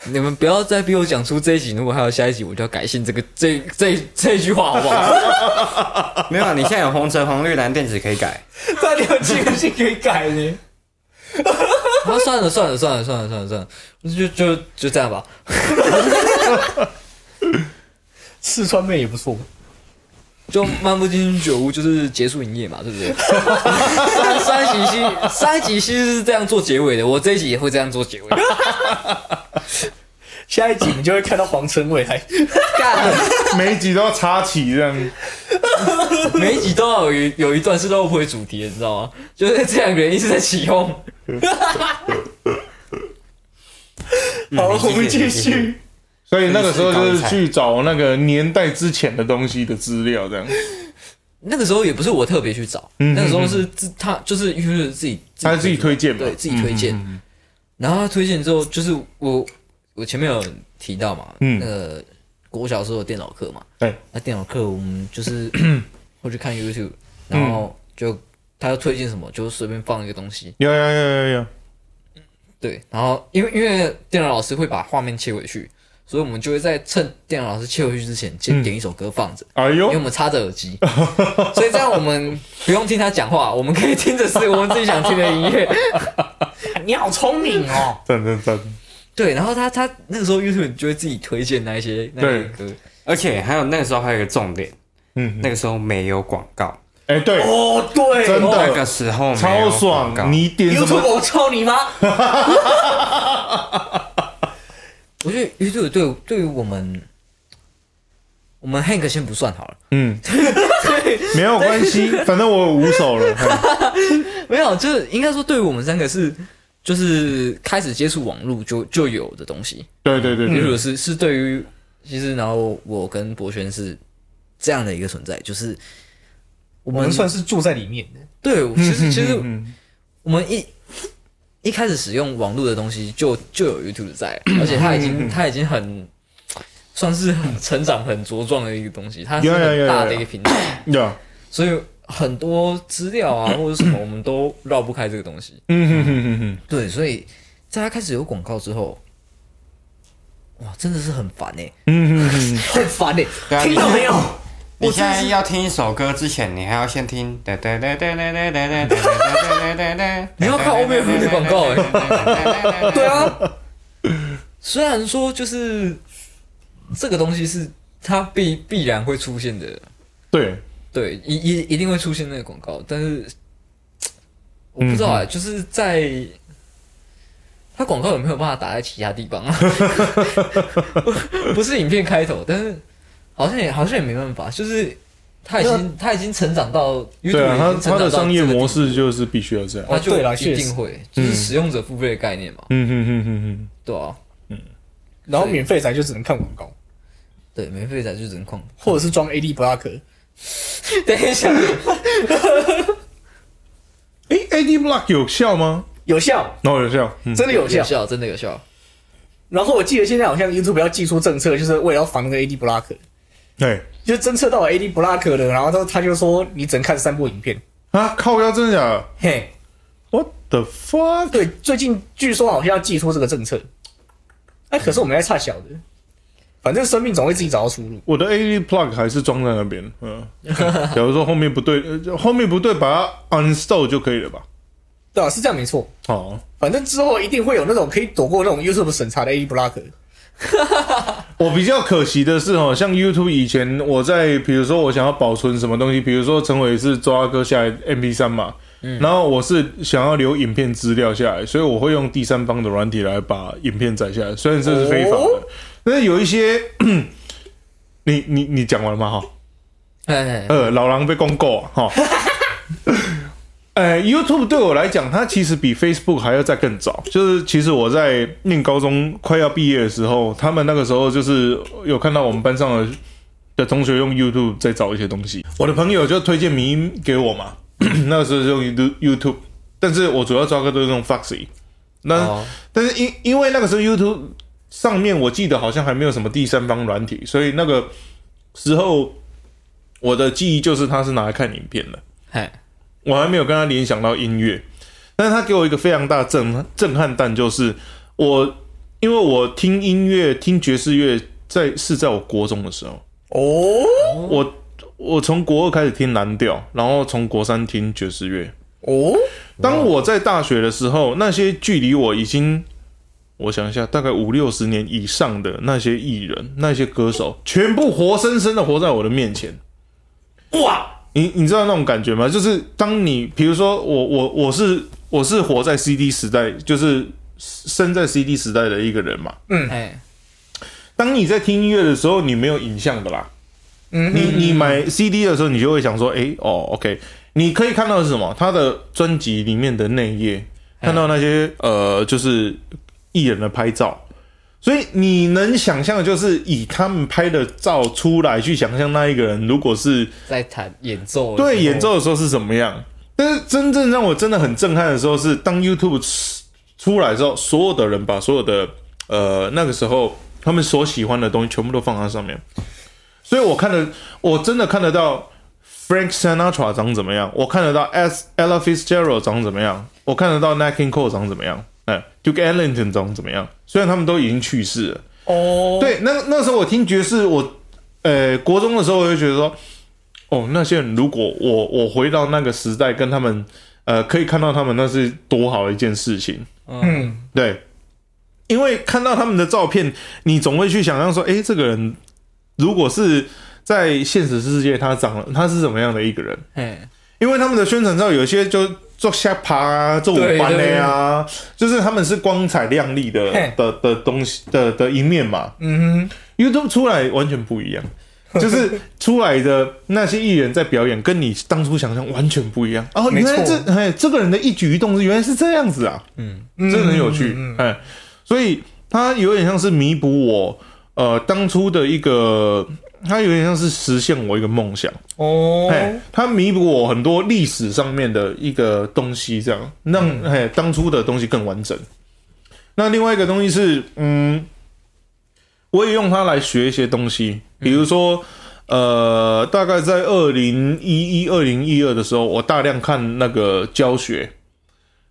B: 你们不要再逼我讲出这一集，如果还有下一集，我就要改信这个这这这句话，好不好？
C: 没有啊，你现在有红橙黄绿蓝靛紫可以改。
D: 到底有几个姓可以改呢？
B: 啊，算了算了算了算了算了算了，就就就这样吧。
D: 四川妹也不错，
B: 就漫不经心酒屋就是结束营业嘛，对不对？上上一集戏上一集戏是这样做结尾的，我这一集也会这样做结尾。
D: 下一集你就会看到黄春未来。
B: 干，
A: 每一集都要插旗这样。
B: 每一集都要有一有一段是肉回主题的，你知道吗？就是这两个人一直在起哄。
D: 好，我们继续。
A: 所以那个时候就是去找那个年代之前的东西的资料，这样。
B: 那个时候也不是我特别去找，那个时候是自他就是因为自己
A: 他自己推荐嗯吧
B: 对自己推荐。然后他推荐之后，就是我我前面有提到嘛，
A: 嗯哎
B: 那个国小时候的电脑课嘛，
A: 对，
B: 那电脑课我们就是 会去看 YouTube，然后就他要推荐什么就随便放一个东西，
A: 有有有有有，
B: 对，然后因为因为电脑老师会把画面切回去，所以我们就会在趁电脑老师切回去之前，
A: 嗯
B: 先点一首歌放着。
A: 哎
B: 因为我
A: 呦，
B: 们插着耳机，所以这样我们不用听他讲话，我们可以听着是我们自己想听的音乐。
D: 你好聪明哦！
A: 真的真的，
B: 对，然后他他那个时候 YouTube 就会自己推荐那一些那些歌，
C: 而且还有那个时候还有一个重点，
A: 嗯，
C: 那个时候没有广告，
A: 哎对，
D: 哦，对，
A: 真的
C: 那个时候没有
A: 超
C: 广告
A: 爽，你点什
D: YouTube
A: 么？
D: 我操你妈！
B: 我觉得 YouTube 对对于我们，我们 Hank 先不算好了，
A: 嗯，没有关系，反正我有五手了。嘿
B: 没有，就是应该说对于我们三个是就是开始接触网络就就有的东西。
A: 对对对对
B: YouTube 是是对于其实然后我跟博轩是这样的一个存在，就是我
D: 我
B: 们
D: 们算是住在里面的，
B: 对，其实其实
A: 嗯
B: 我们一一开始使用网络的东西就就有 YouTube 在了，而且它已
A: 嗯
B: 经它已经很算是很成长很茁壮的一个东西，它是
A: 有有有有
B: 很
A: 有
B: 大的一个 平台，
A: 有，
B: 所以很多资料啊或者什么我们都绕不开这个东西。
A: 嗯哼哼哼哼，
B: 对，所以在它开始有广告之后，哇，真的是很烦哎、
A: 嗯哼哼哼，
D: 很烦
B: 欸
D: 哎、
C: 对啊
D: 听到没有？
C: 你现在要听一首歌之前，你还要先听。你
B: 你要看欧美风的广告
C: 哎。
B: 对啊，虽然说就是这个东西是它必必然会出现的。
A: 对，
B: 对，一一一定会出现那个广告，但
A: 嗯
B: 是我不知道啊、就是在它广告有没有办法打在其他地方啊？ 不不是影片开头，但是好像也好像也没办法，就是它已经它已经成长到 YouTube
A: 对啊，
B: 已
A: 他
B: 经成
A: 他
B: 长到
A: 的商业
B: 这个地
A: 模，式就是必须要这样。
B: 它就
D: 哦对啦
B: 一
D: 确实
B: 定会就是使用者付费的概念嘛，
A: 嗯哼哼哼哼，
B: 对啊，
D: 然后免费仔就只能看广告，
B: 对，免费仔就只能控。
D: 或者是装 AD block。
B: 等一下，
A: 诶 a d Block 有效吗？
D: 有效，
A: 哦，有效，嗯
D: 真的有效
B: 有。效，真的有效。
D: 然后我记得现在好像 YouTube 要寄出政策，就是为了要防那个 AD block，
A: 对
D: 就侦测到有 AD block 的，然后他他就说你只能看三部影片。
A: 啊，靠腰，真的假的
D: 嘿，
A: ？What the fuck？
D: 对，最近据说好像要寄出这个政策，哎、可是我们在差小的，反正生命总会自己找到出路。
A: 我的 AD plug 还是装在那边， 嗯，假如说后面不对，呃就后面不对，把它 uninstall 就可以了吧？哦
D: 对啊，是这样没错。
A: 好，
D: 反正之后一定会有那种可以躲过那种 YouTube 审查的 AD block。
A: 我比较可惜的是哦，像 YouTube 以前我在，比如说我想要保存什么东西，比如说陈伟是抓哥下来 MP 3嘛，然后我是想要留影片资料下来，所以我会用第三方的软体来把影片载下来，虽然这是非法的，
D: 哦
A: 但是有一些 你你你讲完了吗？哈，
B: 哎，
A: 呃，老狼被公购哈。呃，YouTube 对我来讲，它其实比 Facebook 还要再更早。就是其实我在念高中快要毕业的时候，他们那个时候就是有看到我们班上的的同学用 YouTube 在找一些东西。我的朋友就推荐迷音给我嘛， 那个时候就用 You- YouTube，但是我主要抓个都是用 Foxy。那、
B: 哦
A: 但是因因为那个时候 YouTube 上面我记得好像还没有什么第三方软体，所以那个时候我的记忆就是它是拿来看影片的。
B: 嗨，
A: 我还没有跟他联想到音乐，但是他给我一个非常大的震震撼弹，就是我因为我听音乐听爵士乐在是在我国中的时候，
D: 哦
A: 我我从国二开始听蓝调，然后从国三听爵士乐。
D: 哦，
A: 当我在大学的时候，那些距离我已经我想一下，大概五六十年以上的那些艺人、那些歌手，全部活生生的活在我的面前。
D: 哇，
A: 你你知道那种感觉吗？就是当你比如说我我我是我是活在 CD 时代，就是生在 CD 时代的一个人嘛。
B: 哎，
A: 当你在听音乐的时候，你没有影像的啦。嗯，你你买 CD 的时候，你就会想说，诶，哦，OK，你可以看到的是什么？他的专辑里面的内页，看到那些呃，就是艺人的拍照。所以你能想象，的就是以他们拍的照出来去想象那一个人，如果是
B: 在弹演奏的时候，
A: 对演奏的时候是什么样。但是真正让我真的很震撼的时候是，当 YouTube 出出来之后，所有的人把所有的呃那个时候他们所喜欢的东西全部都放在上面，所以我看的我真的看得到 Frank Sinatra 长怎么样，我看得到 S Ella Fitzgerald 长怎么样，我看得到 Nat King Cole 长怎么样，哎，Duke Ellington 长怎么样。虽然他们都已经去世了，
D: 哦，
A: 对，那那时候我听爵士，我呃国中的时候我就觉得说，哦，那些人如果我我回到那个时代，跟他们呃可以看到他们，那是多好的一件事情。
D: 嗯，
A: 对，因为看到他们的照片，你总会去想象说，诶，这个人如果是在现实世界他长了，他是怎么样的一个人？
B: 哎，
A: 因为他们的宣传照有些就做下趴啊，做舞班的呀、就是他们是光彩亮丽的
D: 嘿
A: 的的东西的的一面嘛。嗯哼，YouTube 出来完全不一样，就是出来的那些艺人在表演，跟你当初想象完全不一样。哦，
D: 没
A: 原
D: 错
A: 来这哎，这个人的一举一动是原来是这样子啊，嗯，真的很有趣，哎，所以它有点像是弥补我呃当初的一个，它有点像是实现我一个梦想。
D: 哦，
A: 哎，它弥补我很多历史上面的一个东西，这样让哎、当初的东西更完整。那另外一个东西是，嗯，我也用它来学一些东西，比如说，呃，大概在二零一一、二零一二的时候，我大量看那个教学，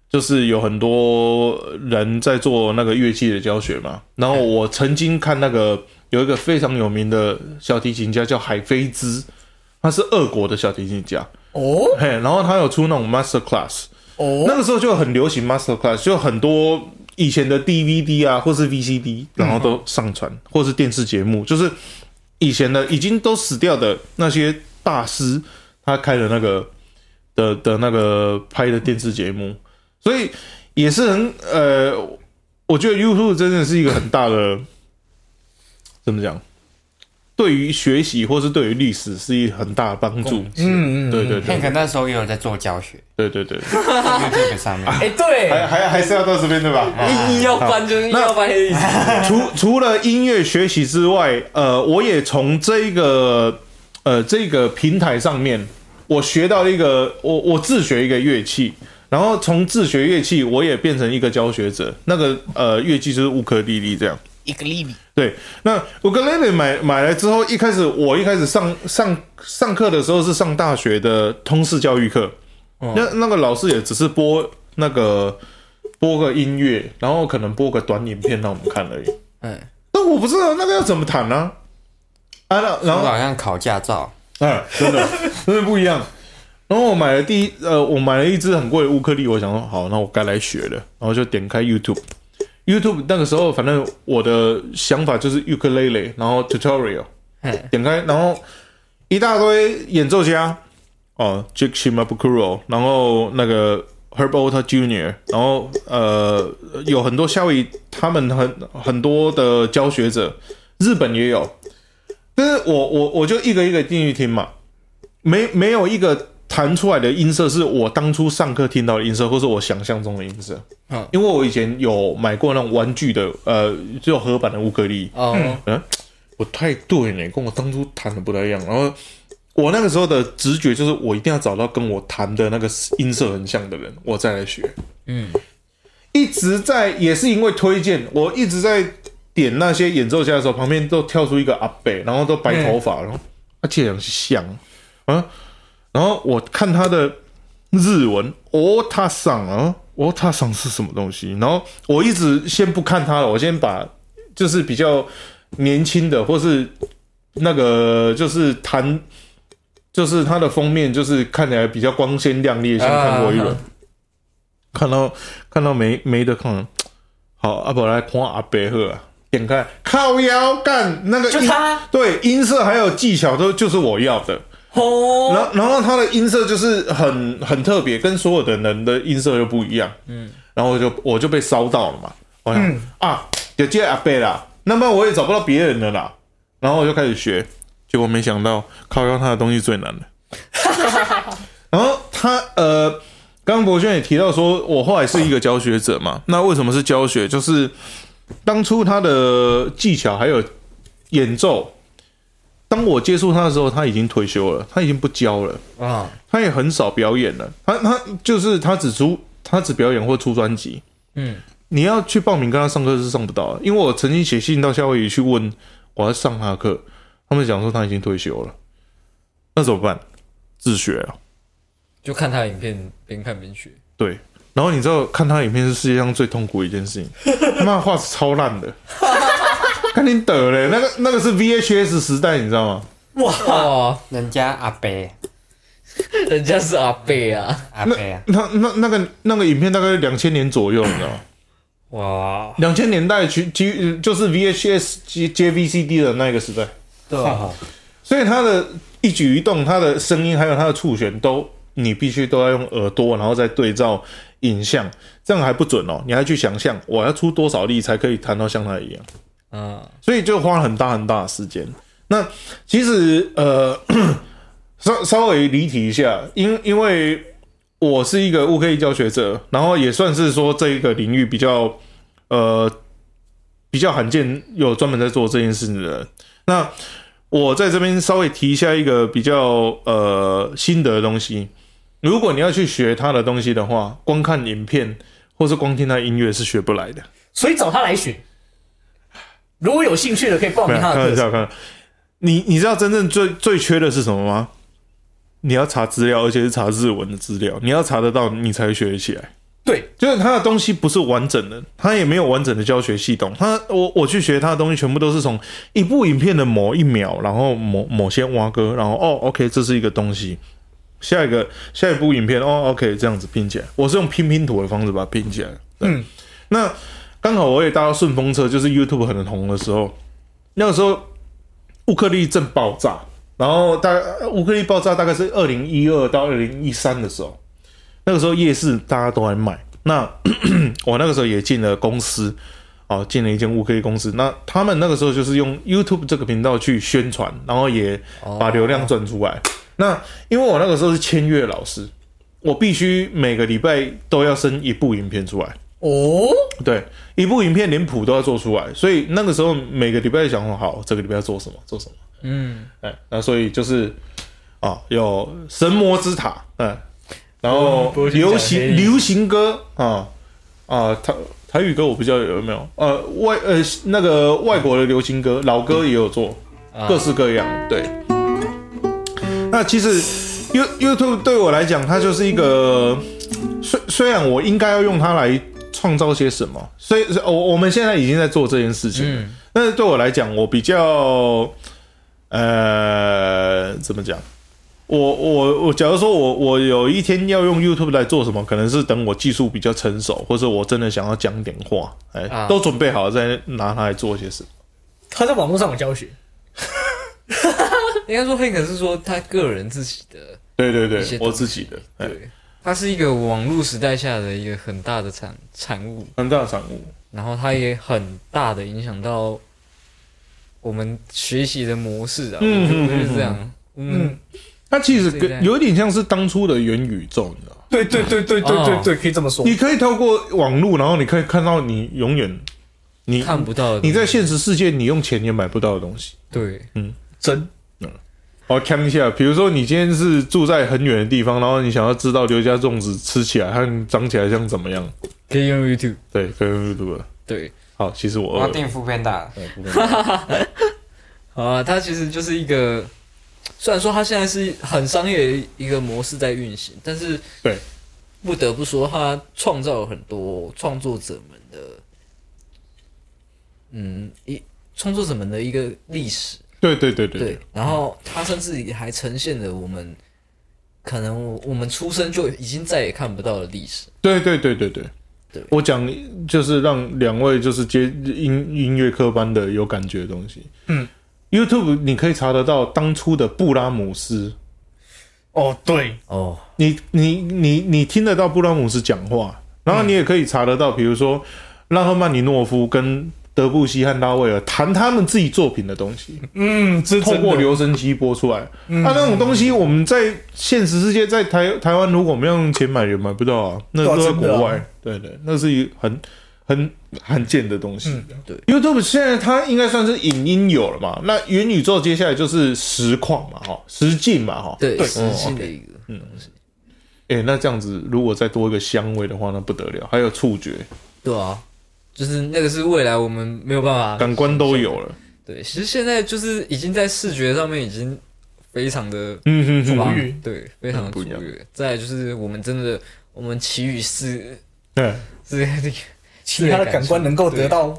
A: 就是有很多人在做那个乐器的教学嘛。然后我曾经看那个有一个非常有名的小提琴家叫海菲兹，他是俄国的小提琴家，
D: 哦
A: 嘿，然后他有出那种 master class，
D: 哦，
A: 那个时候就很流行 master class，就很多以前的 DVD 啊，或是 VCD，然后都上传，
D: 嗯
A: 或是电视节目，就是以前的已经都死掉的那些大师，他开的那个的的那个拍的电视节目，所以也是很呃，我觉得 YouTube 真的是一个很大的怎么讲？对于学习或是对于历史是一很大的帮助，
D: 嗯嗯
A: 对对对
C: 汉克那时候也有在做教学，
A: 对对对，
C: 在 YouTube 上面。
D: 哎，对，
A: 还还还是要到这边对吧？
B: 硬要翻就是硬要翻黑历史，
A: 除除了音乐学习之外，呃，我也从这个呃这个平台上面，我学到一个我我自学一个乐器，然后从自学乐器，我也变成一个教学者。那个呃乐器就是乌克丽丽这样。
D: 一个例子，
A: 对，那乌克丽丽买买来之后，一开始我一开始上上上课的时候是上大学的通识教育课，那那个老师也只是播那个播个音乐，然后可能播个短影片让我们看而已。
B: 哎，
A: 那我不知道那个要怎么谈呢、啊？啊，那然
C: 我
A: 后
C: 好像考驾照，
A: 哎，真的真的不一样。然后我买了第一呃，我买了一支很贵的乌克丽，我想说好，那我该来学了，然后就点开 YouTube。YouTube 那个时候，反正我的想法就是 ukulele，然后 tutorial
B: 哎
A: 点开，然后一大堆演奏家哦，Jake Shimabukuro，然后那个 Herb Alter Jr.，然后呃有很多夏威夷他们很很多的教学者，日本也有，但是我我我就一个一个进去听嘛，没没有一个弹出来的音色是我当初上课听到的音色，或是我想象中的音色。
B: 嗯
A: 因为我以前有买过那种玩具的，呃，就合版的乌克丽，
B: 哦，
A: 嗯，我太对呢，跟我当初弹的不太一样。然后我那个时候的直觉就是，我一定要找到跟我弹的那个音色很像的人，我再来学。
B: 嗯，
A: 一直在也是因为推荐，我一直在点那些演奏家的时候，旁边都跳出一个阿北，然后都白头发，然后他竟然是像啊，然后我看他的日文，哦，他上啊，哦，他上是什么东西？然后我一直先不看他了，我先把就是比较年轻的，或是那个就是弹，就是它的封面，就是看起来比较光鲜亮丽，先看过一轮。
B: 啊
A: 看到看到没没得看，好，阿、啊、伯来看阿伯赫啊，点开靠腰干那个
D: 就
A: 音
D: 他
A: 对音色还有技巧都就是我要的，然
D: 哦，
A: 后然后他的音色就是很很特别，跟所有的人的音色又不一样。嗯，然后我就我就被烧到了嘛，我想、啊，就接阿贝啦，那么我也找不到别人的啦，然后我就开始学，结果没想到靠腰他的东西最难了。然后他呃，刚刚博轩也提到说，我后来是一个教学者嘛，那为什么是教学？就是当初他的技巧还有演奏。当我接触他的时候，他已经退休了，他已经不教了。
B: 啊，
A: 他也很少表演了，他他就是他只出他只表演或出专辑，
B: 嗯，
A: 你要去报名跟他上课是上不到的，因为我曾经写信到夏威夷去问我要上他的课，他们讲说他已经退休了，那怎么办？自学啊，
B: 就看他的影片，边看边 学。
A: 对。然后你知道看他的影片是世界上最痛苦的一件事情， 他妈画质超烂的， 看你得嘞，那个那个是 VHS 时代，你知道吗？
D: 哇，
B: 哦，
C: 人家阿贝
B: 人家是阿贝啊，
C: 阿
A: 那
C: 贝啊，
A: 那那那个那个影片大概两千年左右，你知道吗？
C: 哇，
A: 两千年代去基就是 VHS 接接 VCD 的那个时代，
B: 对吧？
A: 所以他的一举一动、他的声音还有他的触旋都，你必须都要用耳朵，然后再对照影像，这样还不准哦，你还去想象我要出多少力才可以弹到像他一样，
B: 嗯，
A: 所以就花了很大很大的时间。那其实呃，稍稍微离题一下，因因为我是一个 OK 教学者，然后也算是说这一个领域比较呃比较罕见有专门在做这件事情的人。那我在这边稍微提一下一个比较呃心得的东西。如果你要去学他的东西的话，光看影片或是光听他音乐是学不来的。
D: 所以找他来选。如果有兴趣的，可以报
A: 没
D: 名
A: 有，
D: 他
A: 开
D: 的
A: 玩
D: 课。
A: 笑，开玩笑。你你知道真正最最缺的是什么吗？你要查资料，而且是查日文的资料，你要查得到，你才会学得起来。
D: 对，
A: 就是他的东西不是完整的，他也没有完整的教学系统。他我我去学他的东西，全部都是从一部影片的某一秒，然后某某些蛙哥，然后哦，OK，这是一个东西。下一个下一部影片哦，OK，这样子拼起来，我是用拼拼图的方式把它拼起来。嗯，那刚好我也搭到顺风车，就是 YouTube 很红的时候，那个时候乌克丽正爆炸，然后大乌克丽爆炸大概是二零一二到二零一三的时候，那个时候夜市大家都来买。那 我那个时候也进了公司，哦，进了一间乌克丽公司。那他们那个时候就是用 YouTube 这个频道去宣传，然后也把流量赚出来。那因为我那个时候是签约老师，我必须每个礼拜都要生一部影片出来。
D: 哦，
A: 对，一部影片连谱都要做出来，所以那个时候每个礼拜想说好，这个礼拜要做什么，做什么，
B: 嗯，
A: 哎，那所以就是啊，有神魔之塔，嗯，然后
B: 嗯不是
A: 流
B: 讲
A: 行
B: 黑
A: 流行歌啊啊，台台语歌我不知道有没有，呃外呃那个外国的流行歌，老歌也有做，
B: 嗯啊
A: 各式各样，对。那其实 You YouTube 对我来讲，它就是一个虽虽然我应该要用它来创造些什么，所以我我们现在已经在做这件事情，
B: 嗯
A: 但是对我来讲，我比较呃怎么讲？我我我，假如说我我有一天要用 YouTube 来做什么，可能是等我技术比较成熟，或者我真的想要讲点话，哎、
B: 啊
A: 都准备好了再拿它来做些事。
D: 他在网络上有教学，
B: 应该说 Hank 是说他个人自己的，
A: 对对对
B: 一些，东
A: 我
B: 西
A: 自己的，哎、
B: 对，他是一个网络时代下的一个很大的产产物，
A: 很大的产物。
B: 然后他也很大的影响到我们学习的模式啊，
A: 嗯
B: 我觉得
A: 嗯嗯
B: 我觉得是这 样，嗯，
A: 它其实
B: 是这样
A: 跟有点像是当初的元宇宙，你知道吗？
D: 对对对对对对对，可以这么说。
A: 你可以透过网络，然后你可以看到你永远你
B: 看不到的
A: 你在现实世界你用钱也买不到的东西。
B: 对，
D: 真
A: 我看一下，比如说你今天是住在很远的地方，然后你想要知道刘家粽子吃起来和长起来像怎么样，
B: 可以用 YouTube，
A: 对，可能对吧？
B: 对，
A: 好，其实我
C: 我
A: 饿
C: 要
A: 了
C: 订副片大，
B: 好啊，它其实就是一个，虽然说它现在是很商业的一个模式在运行，但是
A: 对
B: 不得不说，它创造了很多创作者们的，嗯，一创作者们的一个历史，
A: 对对对嗯对
B: 对，然后它甚至也还呈现了我们可能我我们出生就已经再也看不到的历史，
A: 对对对对对
B: 对
A: 我讲就是让两位就是接音音乐科班的有感觉的东西。
D: 嗯
A: ，YouTube 你可以查得到当初的布拉姆斯，
D: 哦，对，
B: 哦，
A: 你你你你听得到布拉姆斯讲话，然后你
D: 嗯
A: 也可以查得到，比如说拉赫曼尼诺夫跟德布西和拉威尔谈他们自己作品的东西，
D: 嗯，这
A: 透
D: 真
A: 过
D: 的嗯
A: 留声机播出来。啊那、那种东西，我们在现实世界，在台台湾，如果我们要用钱买，也买不到啊，那
D: 对啊
A: 都在
D: 真的啊
A: 国外。对对，那是一个很很罕见的东
D: 嗯
A: 西。
B: 对
A: ，YouTube 现在它应该算是影音有了嘛？那元宇宙接下来就是实况嘛，哈，实境嘛，哈。哦
B: 对，
D: 对
B: 实际的一个东西，
A: 哎、那这样子，如果再多一个香味的话，那不得了，还有触觉、
B: 对啊，就是那个是未来我们没有办法
A: 感官都有了。
B: 对，其实现在就是已经在视觉上面已经非常的
A: 嗯哼
B: 卓
A: 哼，
B: 越，对，非常的
A: 不
B: 卓
A: 一样
B: 越。再来就是我们真的，我们其余四
A: 对。哎、
B: 这个
D: 其他的感官能够得
B: 对
D: 到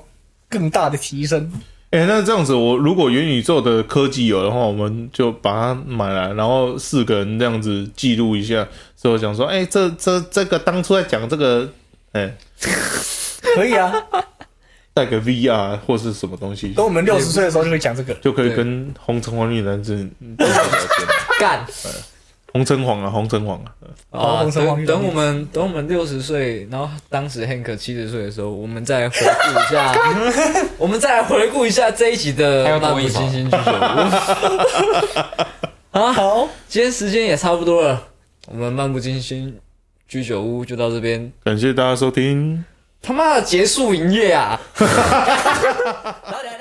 D: 更大的提升。
A: 那这样子，我如果元宇宙的科技有的话，我们就把它买来，然后四个人这样子记录一下，之后想说，哎、这这这个当初在讲这个，哎、
D: 可以啊，
A: 带个 VR 或是什么东西
D: 等，我们六十岁的时候就会讲这个。
A: 就可以
B: 对
A: 跟红橙黄绿蓝这 这聊天。
B: 干
A: 红橙黄啊，红橙黄啊，
D: 好
B: 啊！
D: 哦红橙黄
B: 等
D: 绿
B: 等
D: 蓝
B: 我们等我们六十岁，然后当时 Hank 七十岁的时候，我们再回顾一 下，我们再来回顾一下这一集的
C: 还有
B: 《
C: 多
B: 漫步
C: 一毛
B: 星星俱 乐部》 啊！
D: 好，
B: 今天时间也差不多了，我们漫不经心居酒屋就到这边。
A: 感谢大家收听。
B: 他妈的结束营业啊！然后等一下等一下